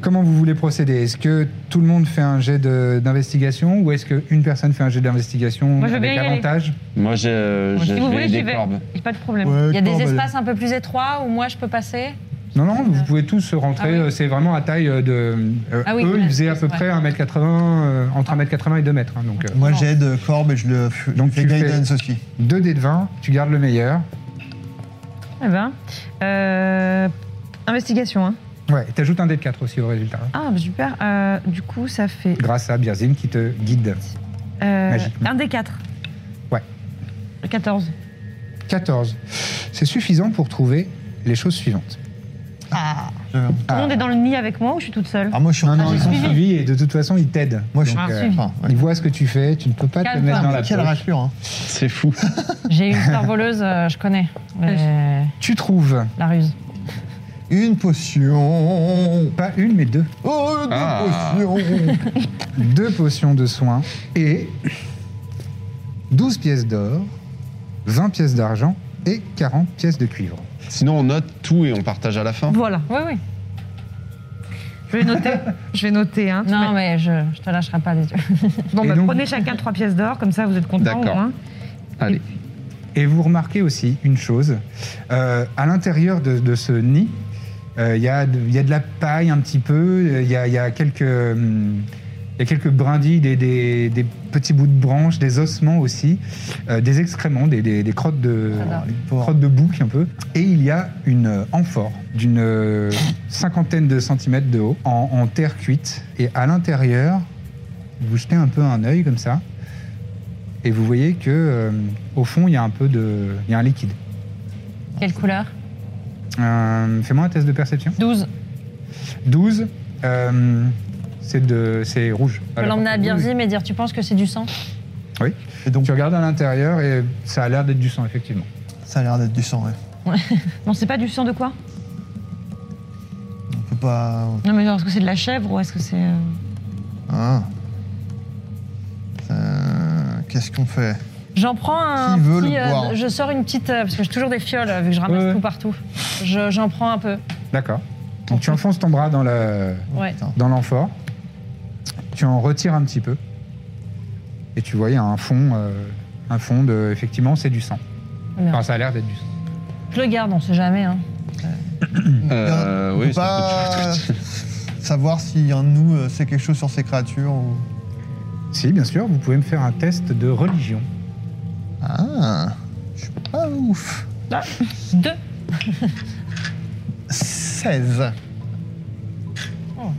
[SPEAKER 6] Comment vous voulez procéder Est-ce que tout le monde fait un jet de- d'investigation ou est-ce qu'une personne fait un jet d'investigation
[SPEAKER 4] Moi, je veux
[SPEAKER 6] avec
[SPEAKER 4] bien y aller.
[SPEAKER 6] avantage
[SPEAKER 7] Moi, j'ai euh,
[SPEAKER 4] Si
[SPEAKER 7] j'ai-
[SPEAKER 4] vous
[SPEAKER 7] j'ai
[SPEAKER 4] voulez, j'y
[SPEAKER 7] des
[SPEAKER 4] vais.
[SPEAKER 7] corbes.
[SPEAKER 4] Y a Pas de problème.
[SPEAKER 8] Ouais,
[SPEAKER 5] Il y a
[SPEAKER 8] Corbe,
[SPEAKER 5] des
[SPEAKER 8] elle-
[SPEAKER 5] espaces un peu plus étroits où moi je peux passer.
[SPEAKER 6] Non, non, vous pouvez tous rentrer. euh, C'est vraiment à taille euh, de. euh,
[SPEAKER 5] Ah oui,
[SPEAKER 6] eux,
[SPEAKER 5] oui,
[SPEAKER 6] ils faisaient à
[SPEAKER 5] c'est
[SPEAKER 6] peu
[SPEAKER 5] vrai.
[SPEAKER 6] près 1m80, euh, entre 1m80 et 2m. hein, donc, euh,
[SPEAKER 8] Moi j'aide Corbe et je le f-
[SPEAKER 6] Donc,
[SPEAKER 8] fais
[SPEAKER 6] tu fais-
[SPEAKER 8] guidance aussi.
[SPEAKER 6] 2 dés de 20, tu gardes le meilleur.
[SPEAKER 4] Eh ben, euh, investigation. Hein.
[SPEAKER 6] Ouais, et t'ajoutes un dé de 4 aussi au résultat, hein,
[SPEAKER 4] Ah, super. Euh, du coup, ça fait
[SPEAKER 6] grâce à Birzin qui te guide.
[SPEAKER 4] euh,
[SPEAKER 6] Magiquement.
[SPEAKER 4] un des quatre.
[SPEAKER 6] Ouais.
[SPEAKER 4] 14.
[SPEAKER 6] 14. C'est suffisant pour trouver les choses suivantes.
[SPEAKER 5] Ah.
[SPEAKER 8] J'avais un-
[SPEAKER 4] Tout le monde est dans le nid avec moi ou je suis toute seule
[SPEAKER 8] Ah, moi je suis
[SPEAKER 6] Non,
[SPEAKER 8] en
[SPEAKER 6] non,
[SPEAKER 8] train
[SPEAKER 6] ils
[SPEAKER 8] de-
[SPEAKER 6] sont suivis et de toute façon, ils t'aident.
[SPEAKER 8] Moi je suis
[SPEAKER 6] Donc,
[SPEAKER 8] en
[SPEAKER 6] euh,
[SPEAKER 8] train de- enfin, ouais.
[SPEAKER 6] Ils voient ce que tu fais, tu ne peux pas te le
[SPEAKER 5] Calme-toi.
[SPEAKER 6] mettre dans la
[SPEAKER 8] Quelle
[SPEAKER 6] poche.
[SPEAKER 8] raclure, hein.
[SPEAKER 7] C'est fou.
[SPEAKER 5] J'ai une star voleuse, euh, je connais mais
[SPEAKER 6] Tu trouves
[SPEAKER 5] la ruse.
[SPEAKER 8] Une potion.
[SPEAKER 6] pas une, mais deux.
[SPEAKER 8] Oh, deux
[SPEAKER 7] Ah.
[SPEAKER 8] potions.
[SPEAKER 6] deux potions de soins et 12 pièces d'or, 20 pièces d'argent et 40 pièces de cuivre.
[SPEAKER 7] Sinon, on note tout et on partage à la fin.
[SPEAKER 4] Voilà.
[SPEAKER 5] Oui, oui.
[SPEAKER 4] Je vais noter. je vais noter. Hein,
[SPEAKER 5] Non, mais je, je te lâcherai pas les yeux.
[SPEAKER 4] Bon,
[SPEAKER 6] Et
[SPEAKER 4] bah,
[SPEAKER 6] donc-
[SPEAKER 4] prenez chacun trois pièces d'or, comme ça vous êtes contents.
[SPEAKER 7] D'accord.
[SPEAKER 4] au moins.
[SPEAKER 7] Allez.
[SPEAKER 6] Et vous remarquez aussi une chose, euh, à l'intérieur de, de ce nid, euh, il y, a de- il y a de la paille un petit peu, euh, il y a, il y a quelques... hum, il y a quelques brindilles, des, des- des petits bouts de branches, des ossements aussi, euh, des excréments, des, des- des crottes, de,
[SPEAKER 5] J'adore.
[SPEAKER 6] crottes de bouc un peu. Et il y a une euh, amphore d'une euh, cinquantaine de centimètres de haut en, en terre cuite. Et à l'intérieur, vous jetez un peu un œil comme ça. Et vous voyez que euh, au fond, il y a un peu de. Il y a un liquide.
[SPEAKER 5] Quelle couleur
[SPEAKER 6] Euh, Fais-moi un test de perception.
[SPEAKER 5] 12.
[SPEAKER 6] 12. euh, c'est de, c'est rouge.
[SPEAKER 5] Je peux l'emmener à Birzim et dire Tu penses que c'est du sang
[SPEAKER 6] Oui. Et donc tu regardes à l'intérieur et ça a l'air d'être du sang effectivement.
[SPEAKER 8] Ça a l'air d'être du sang, ouais.
[SPEAKER 4] Non, c'est pas du sang de quoi
[SPEAKER 8] On peut pas.
[SPEAKER 4] Non, mais genre, est-ce que c'est de la chèvre ou est-ce que c'est. euh,
[SPEAKER 8] Ah. Euh, Qu'est-ce qu'on fait
[SPEAKER 5] J'en prends un
[SPEAKER 8] Qui veut
[SPEAKER 5] petit.
[SPEAKER 8] le
[SPEAKER 5] euh,
[SPEAKER 8] boire
[SPEAKER 5] je sors une petite. euh, parce que j'ai toujours des fioles, euh, vu que je ramasse
[SPEAKER 6] Ouais, ouais.
[SPEAKER 5] tout partout. Je- J'en prends un peu.
[SPEAKER 6] D'accord. Donc tu enfonces ton bras dans le,
[SPEAKER 5] Ouais.
[SPEAKER 8] Putain.
[SPEAKER 6] dans l'amphore. Tu en retires un petit peu et tu vois il y a un fond, euh, un fond de, effectivement, c'est du sang.
[SPEAKER 5] Merde.
[SPEAKER 6] Enfin, ça a l'air d'être du sang.
[SPEAKER 5] Je le garde, on sait jamais. Hein.
[SPEAKER 7] Euh,
[SPEAKER 8] On peut
[SPEAKER 7] oui,
[SPEAKER 8] pas
[SPEAKER 7] ça peut-
[SPEAKER 8] savoir si un de nous euh, sait quelque chose sur ces créatures ou.
[SPEAKER 6] Si, bien sûr, vous pouvez me faire un test de religion.
[SPEAKER 8] Ah. Je suis pas ouf.
[SPEAKER 5] Ah, Deux.
[SPEAKER 8] 16.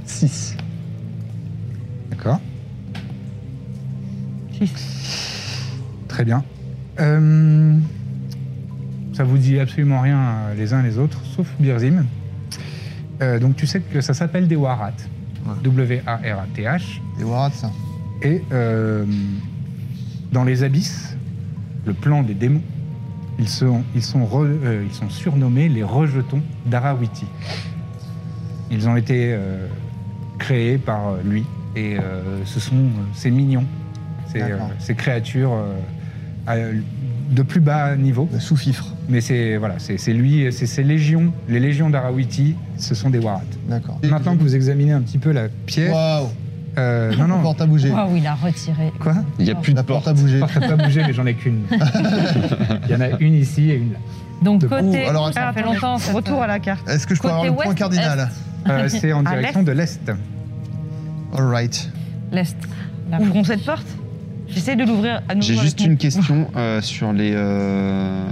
[SPEAKER 7] 6.
[SPEAKER 6] D'accord. Très bien. Euh, ça vous dit absolument rien euh, les uns et les autres, sauf Birzim. Euh, donc tu sais que ça s'appelle des Warat. W-A-R-A-T-H.
[SPEAKER 8] Des warats, ça.
[SPEAKER 6] Et euh, dans les abysses, le plan des démons, ils sont, ils sont, re- euh, ils sont surnommés les rejetons d'Arawiti. Ils ont été euh, créés par euh, lui et euh, ce sont euh, ces mignons, ces, euh,
[SPEAKER 8] D'accord.
[SPEAKER 6] ces créatures euh, à- de plus bas niveau.
[SPEAKER 8] Le sous-fifre.
[SPEAKER 6] Mais c'est voilà, c'est c'est lui, c'est ces légions, les légions d'Arawiti, ce sont des Warats.
[SPEAKER 8] D'accord.
[SPEAKER 6] Maintenant que vous examinez un petit peu la pièce,
[SPEAKER 8] Waouh.
[SPEAKER 6] euh, non
[SPEAKER 8] La
[SPEAKER 6] non,
[SPEAKER 8] porte à bouger.
[SPEAKER 4] Oh
[SPEAKER 5] Waouh, il a retiré.
[SPEAKER 6] quoi
[SPEAKER 7] Il n'y a plus de
[SPEAKER 8] La porte
[SPEAKER 7] porte.
[SPEAKER 8] à bouger.
[SPEAKER 6] porte n'a pas bougé, mais j'en ai qu'une. Il y en a une ici et une là.
[SPEAKER 5] Donc,
[SPEAKER 6] De-
[SPEAKER 5] côté.
[SPEAKER 8] Ouh, alors,
[SPEAKER 5] ça fait
[SPEAKER 4] attendez,
[SPEAKER 5] longtemps. cette-
[SPEAKER 4] Retour à la carte.
[SPEAKER 8] Est-ce que je peux
[SPEAKER 5] Côté
[SPEAKER 8] avoir le point
[SPEAKER 5] ouest,
[SPEAKER 8] cardinal
[SPEAKER 6] Euh, c'est en
[SPEAKER 4] À
[SPEAKER 6] direction de l'Est.
[SPEAKER 8] All right.
[SPEAKER 5] euh, L'Est.
[SPEAKER 4] Ouvrons cette porte. J'essaie de l'ouvrir à nouveau.
[SPEAKER 7] J'ai
[SPEAKER 4] avec
[SPEAKER 7] juste
[SPEAKER 4] mon-
[SPEAKER 7] une question euh, sur les. euh,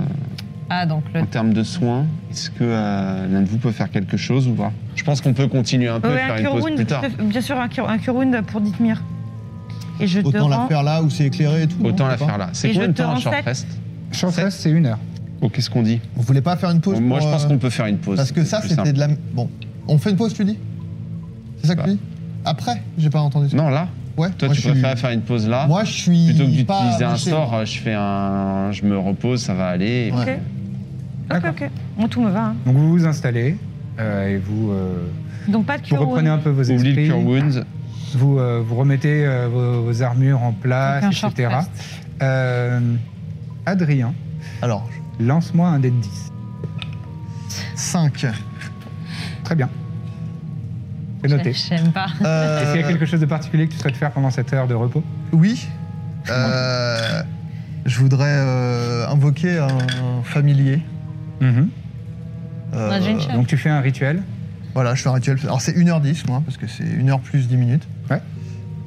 [SPEAKER 5] Ah, donc le.
[SPEAKER 7] en termes de soins. Est-ce que euh, l'un de vous peut faire quelque chose ou pas Je pense qu'on peut continuer un peu et
[SPEAKER 4] Ouais,
[SPEAKER 7] faire
[SPEAKER 4] un
[SPEAKER 7] une
[SPEAKER 4] cure
[SPEAKER 7] pause plus
[SPEAKER 4] wound,
[SPEAKER 7] tard.
[SPEAKER 4] tout à fait. bien sûr, un cure, un cure wound pour Dithmir. Et je te
[SPEAKER 8] Autant la
[SPEAKER 4] rends.
[SPEAKER 8] faire là où c'est éclairé et tout.
[SPEAKER 7] Autant
[SPEAKER 8] non,
[SPEAKER 7] la
[SPEAKER 8] je sais
[SPEAKER 7] faire
[SPEAKER 8] pas.
[SPEAKER 7] là. C'est
[SPEAKER 4] Et
[SPEAKER 7] combien
[SPEAKER 4] je
[SPEAKER 7] de
[SPEAKER 4] te
[SPEAKER 7] temps un
[SPEAKER 4] rends
[SPEAKER 7] short
[SPEAKER 4] sept.
[SPEAKER 7] rest
[SPEAKER 6] Short rest, c'est une heure.
[SPEAKER 7] Oh, Qu'est-ce qu'on dit
[SPEAKER 8] On voulait pas faire une pause.
[SPEAKER 7] Moi, je
[SPEAKER 8] pour,
[SPEAKER 7] pense
[SPEAKER 8] euh,
[SPEAKER 7] qu'on peut faire une pause.
[SPEAKER 8] Parce que
[SPEAKER 7] c'est
[SPEAKER 8] ça,
[SPEAKER 7] plus
[SPEAKER 8] c'était
[SPEAKER 7] simple.
[SPEAKER 8] de la. Bon, on fait une pause, tu dis C'est ça que
[SPEAKER 7] Bah.
[SPEAKER 8] tu dis Après J'ai pas entendu ça.
[SPEAKER 7] Non, là
[SPEAKER 8] Ouais,
[SPEAKER 7] Toi,
[SPEAKER 8] moi,
[SPEAKER 7] tu
[SPEAKER 8] je
[SPEAKER 7] préfères
[SPEAKER 8] suis...
[SPEAKER 7] faire une pause là
[SPEAKER 8] Moi, je suis.
[SPEAKER 7] Plutôt que
[SPEAKER 8] pas
[SPEAKER 7] d'utiliser un
[SPEAKER 8] attaché.
[SPEAKER 7] sort, euh, je fais un. Je me repose, ça va aller. et
[SPEAKER 8] Ouais.
[SPEAKER 7] puis-
[SPEAKER 4] Ok, ok, ok. Bon, tout me va. hein.
[SPEAKER 6] Donc vous vous installez euh, et vous, euh,
[SPEAKER 4] Donc pas de
[SPEAKER 6] vous
[SPEAKER 4] cure
[SPEAKER 6] reprenez
[SPEAKER 4] wound.
[SPEAKER 6] un peu vos
[SPEAKER 7] Oublie le
[SPEAKER 6] esprits.
[SPEAKER 7] Cure Wounds.
[SPEAKER 6] Vous, euh, vous remettez euh, vos, vos armures en place,
[SPEAKER 5] Donc un short
[SPEAKER 6] etc.
[SPEAKER 5] rest.
[SPEAKER 6] Euh, Adrien,
[SPEAKER 8] Alors,
[SPEAKER 6] lance-moi un dé de 10.
[SPEAKER 8] 5.
[SPEAKER 6] Très bien. C'est noté. Est-ce
[SPEAKER 5] J'aime pas.
[SPEAKER 6] qu'il y a quelque chose de particulier que tu souhaites faire pendant cette heure de repos
[SPEAKER 8] Euh, Oui. Euh, je voudrais euh, invoquer un familier. Euh,
[SPEAKER 5] Un Jincha.
[SPEAKER 6] Donc tu fais un rituel.
[SPEAKER 8] Voilà, je fais un rituel. Alors c'est 1h10 moi, parce que c'est 1h plus 10 minutes.
[SPEAKER 6] Ouais.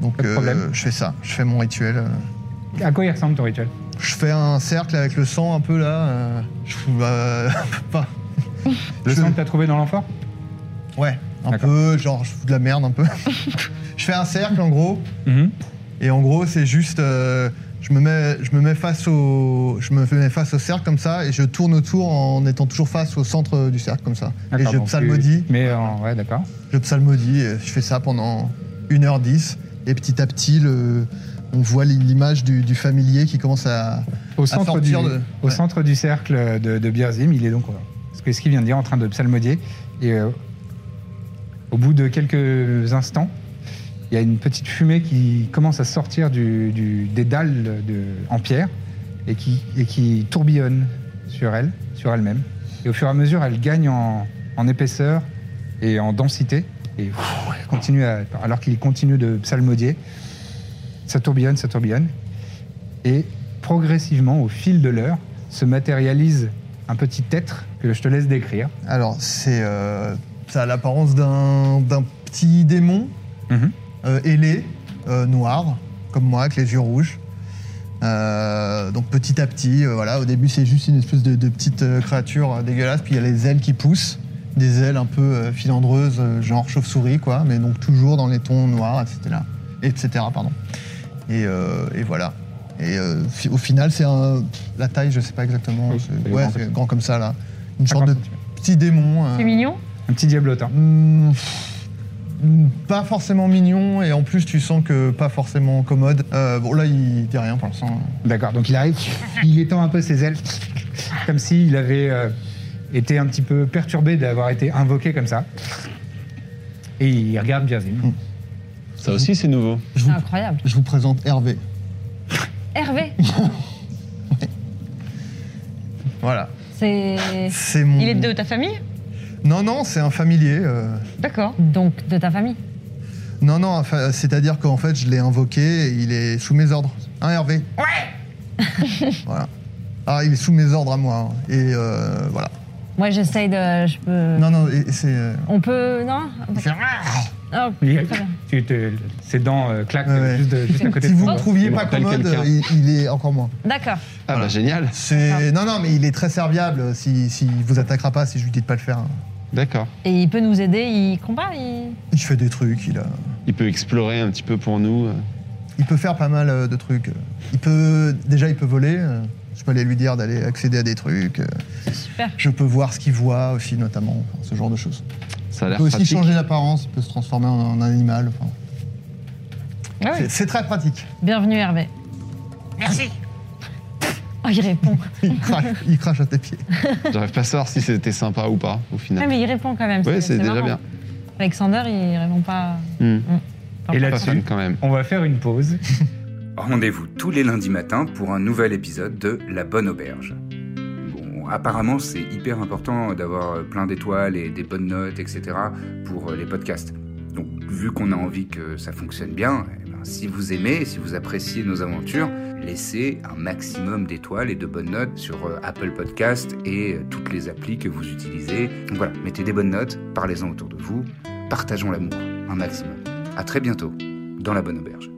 [SPEAKER 8] Donc
[SPEAKER 6] Pas de
[SPEAKER 8] euh,
[SPEAKER 6] problème.
[SPEAKER 8] je fais ça, je fais mon rituel. euh,
[SPEAKER 6] À quoi il ressemble ton rituel
[SPEAKER 8] Je fais un cercle avec le sang un peu là. euh, Je fous euh, pas.
[SPEAKER 6] Le
[SPEAKER 8] Je-
[SPEAKER 6] sang que t'as trouvé dans l'enfort
[SPEAKER 8] Ouais, un
[SPEAKER 6] D'accord.
[SPEAKER 8] peu, genre je fous de la merde un peu. je fais un cercle en gros, et en gros c'est juste, euh, je me mets, je me mets face au, je me mets face au cercle comme ça, et je tourne autour en étant toujours face au centre du cercle comme ça. Et
[SPEAKER 6] D'accord,
[SPEAKER 8] je
[SPEAKER 6] donc tu-
[SPEAKER 8] psalmodie,
[SPEAKER 6] Mais en- ouais, d'accord.
[SPEAKER 8] je psalmodie, et je fais ça pendant 1h10, et petit à petit le- on voit l'image du, du familier qui commence à,
[SPEAKER 6] Au
[SPEAKER 8] à
[SPEAKER 6] centre, du,
[SPEAKER 8] sortir de-
[SPEAKER 6] au
[SPEAKER 8] ouais.
[SPEAKER 6] centre du cercle de, de Birzim, il est donc, euh, ce que- ce qu'il vient de dire, en train de psalmodier. Et euh, au bout de quelques instants, il y a une petite fumée qui commence à sortir du, du- des dalles de, en pierre et qui, et qui tourbillonne sur elle, sur elle-même. Et au fur et à mesure, elle gagne en, en épaisseur et en densité. Et ouf, elle continue à- alors qu'il continue de psalmodier, ça tourbillonne, ça tourbillonne. Et progressivement, au fil de l'heure, se matérialise un petit être que je te laisse décrire.
[SPEAKER 8] Alors, c'est. euh, ça a l'apparence d'un d'un petit démon
[SPEAKER 6] Mhm.
[SPEAKER 8] euh, ailé, euh, noir, comme moi, avec les yeux rouges. Euh, donc petit à petit, euh, voilà, au début c'est juste une espèce de, de petite euh, créature euh, dégueulasse, puis il y a les ailes qui poussent, des ailes un peu euh, filandreuses, euh, genre chauve-souris quoi, mais donc toujours dans les tons noirs, etc. etc. Pardon. Et, euh, et voilà. Et euh, fi- au final c'est un- la taille, je sais pas exactement,
[SPEAKER 6] Oui,
[SPEAKER 8] c'est-
[SPEAKER 6] c'est
[SPEAKER 8] ouais,
[SPEAKER 6] grand
[SPEAKER 8] c'est
[SPEAKER 6] comme ça.
[SPEAKER 8] grand comme ça là, une sorte de
[SPEAKER 6] 50 centimètres.
[SPEAKER 8] petit démon. euh,
[SPEAKER 5] C'est mignon
[SPEAKER 6] Un petit diablotin.
[SPEAKER 8] Hmm, hmm, pas forcément mignon et en plus tu sens que pas forcément commode. Euh, bon là il dit rien pour l'instant. hein.
[SPEAKER 6] D'accord, donc il arrive, il étend un peu ses ailes, comme s'il avait euh, été un petit peu perturbé d'avoir été invoqué comme ça. Et il regarde
[SPEAKER 8] Mm.
[SPEAKER 6] Birzim.
[SPEAKER 7] Ça aussi, c'est nouveau. Ah,
[SPEAKER 8] Je
[SPEAKER 5] C'est
[SPEAKER 8] vous,
[SPEAKER 5] incroyable.
[SPEAKER 8] je vous présente Hervé.
[SPEAKER 5] Hervé,
[SPEAKER 8] Voilà.
[SPEAKER 5] c'est.
[SPEAKER 8] C'est mon.
[SPEAKER 4] Il est de ta famille
[SPEAKER 8] Non non c'est un familier. euh.
[SPEAKER 4] D'accord.
[SPEAKER 5] Donc, de ta famille.
[SPEAKER 8] Non non enfin, c'est-à-dire qu'en fait je l'ai invoqué et il est sous mes ordres. Hein Hervé. Ouais. voilà. Ah il est sous mes ordres à moi hein. et euh, voilà.
[SPEAKER 5] Moi, j'essaye de. Je peux.
[SPEAKER 8] Non non et- et c'est. euh,
[SPEAKER 5] On peut. Non
[SPEAKER 8] il fait-
[SPEAKER 5] Oh,
[SPEAKER 6] Il-
[SPEAKER 5] très bien.
[SPEAKER 6] tu te- ses dents euh, claquent
[SPEAKER 8] Ouais, ouais.
[SPEAKER 6] juste, de- juste à côté hein.
[SPEAKER 8] Si
[SPEAKER 6] de
[SPEAKER 8] vous
[SPEAKER 6] toi.
[SPEAKER 8] ne trouviez
[SPEAKER 7] Il me
[SPEAKER 8] pas
[SPEAKER 7] rappelle
[SPEAKER 8] commode,
[SPEAKER 7] quelqu'un.
[SPEAKER 8] il, il est encore moins.
[SPEAKER 5] D'accord.
[SPEAKER 7] Ah bah génial.
[SPEAKER 4] Ah.
[SPEAKER 8] C'est non non mais il est très serviable euh, si si il vous attaquera pas si je lui dis de pas le faire. hein.
[SPEAKER 7] D'accord.
[SPEAKER 5] Et il peut nous aider, il combat, il.
[SPEAKER 8] Il fait des trucs, il a
[SPEAKER 7] Il peut explorer un petit peu pour nous. euh.
[SPEAKER 8] il peut faire pas mal euh, de trucs. Il peut déjà il peut voler. euh, Je peux aller lui dire d'aller accéder à des trucs. euh,
[SPEAKER 5] Super.
[SPEAKER 8] Je peux voir ce qu'il voit aussi notamment, enfin, ce genre de choses.
[SPEAKER 7] Ça a
[SPEAKER 8] Il
[SPEAKER 7] l'air
[SPEAKER 8] peut aussi
[SPEAKER 7] pratique.
[SPEAKER 8] changer d'apparence, il peut se transformer en un animal. enfin.
[SPEAKER 4] Ah oui.
[SPEAKER 8] C'est- C'est très pratique.
[SPEAKER 5] Bienvenue, Hervé. Merci. Oh, il répond.
[SPEAKER 8] Il crache, il crache à tes pieds.
[SPEAKER 7] J'arrive pas à savoir si c'était sympa ou pas au
[SPEAKER 5] Ah,
[SPEAKER 7] final.
[SPEAKER 5] mais il répond quand même.
[SPEAKER 7] Ouais, c'est déjà
[SPEAKER 5] marrant.
[SPEAKER 7] bien.
[SPEAKER 5] Alexander, il répond pas.
[SPEAKER 7] Hmm.
[SPEAKER 6] Et
[SPEAKER 7] Pas
[SPEAKER 6] là-dessus,
[SPEAKER 7] fun quand même.
[SPEAKER 6] on va faire une pause.
[SPEAKER 11] Rendez-vous tous les lundis matins pour un nouvel épisode de La Bonne Auberge. Bon, apparemment, c'est hyper important d'avoir plein d'étoiles et des bonnes notes, etc. pour euh, les podcasts. Donc, vu qu'on a envie que ça fonctionne bien, eh ben, si vous aimez, si vous appréciez nos aventures, laissez un maximum d'étoiles et de bonnes notes sur euh, Apple Podcast et euh, toutes les applis que vous utilisez. Donc voilà, mettez des bonnes notes, parlez-en autour de vous, partageons l'amour un maximum. À très bientôt. dans la bonne auberge.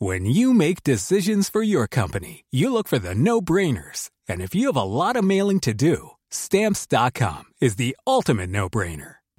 [SPEAKER 7] When you make decisions for your company, you look for the no brainers. And if you have a lot of mailing to do, stamps.com is the ultimate no brainer.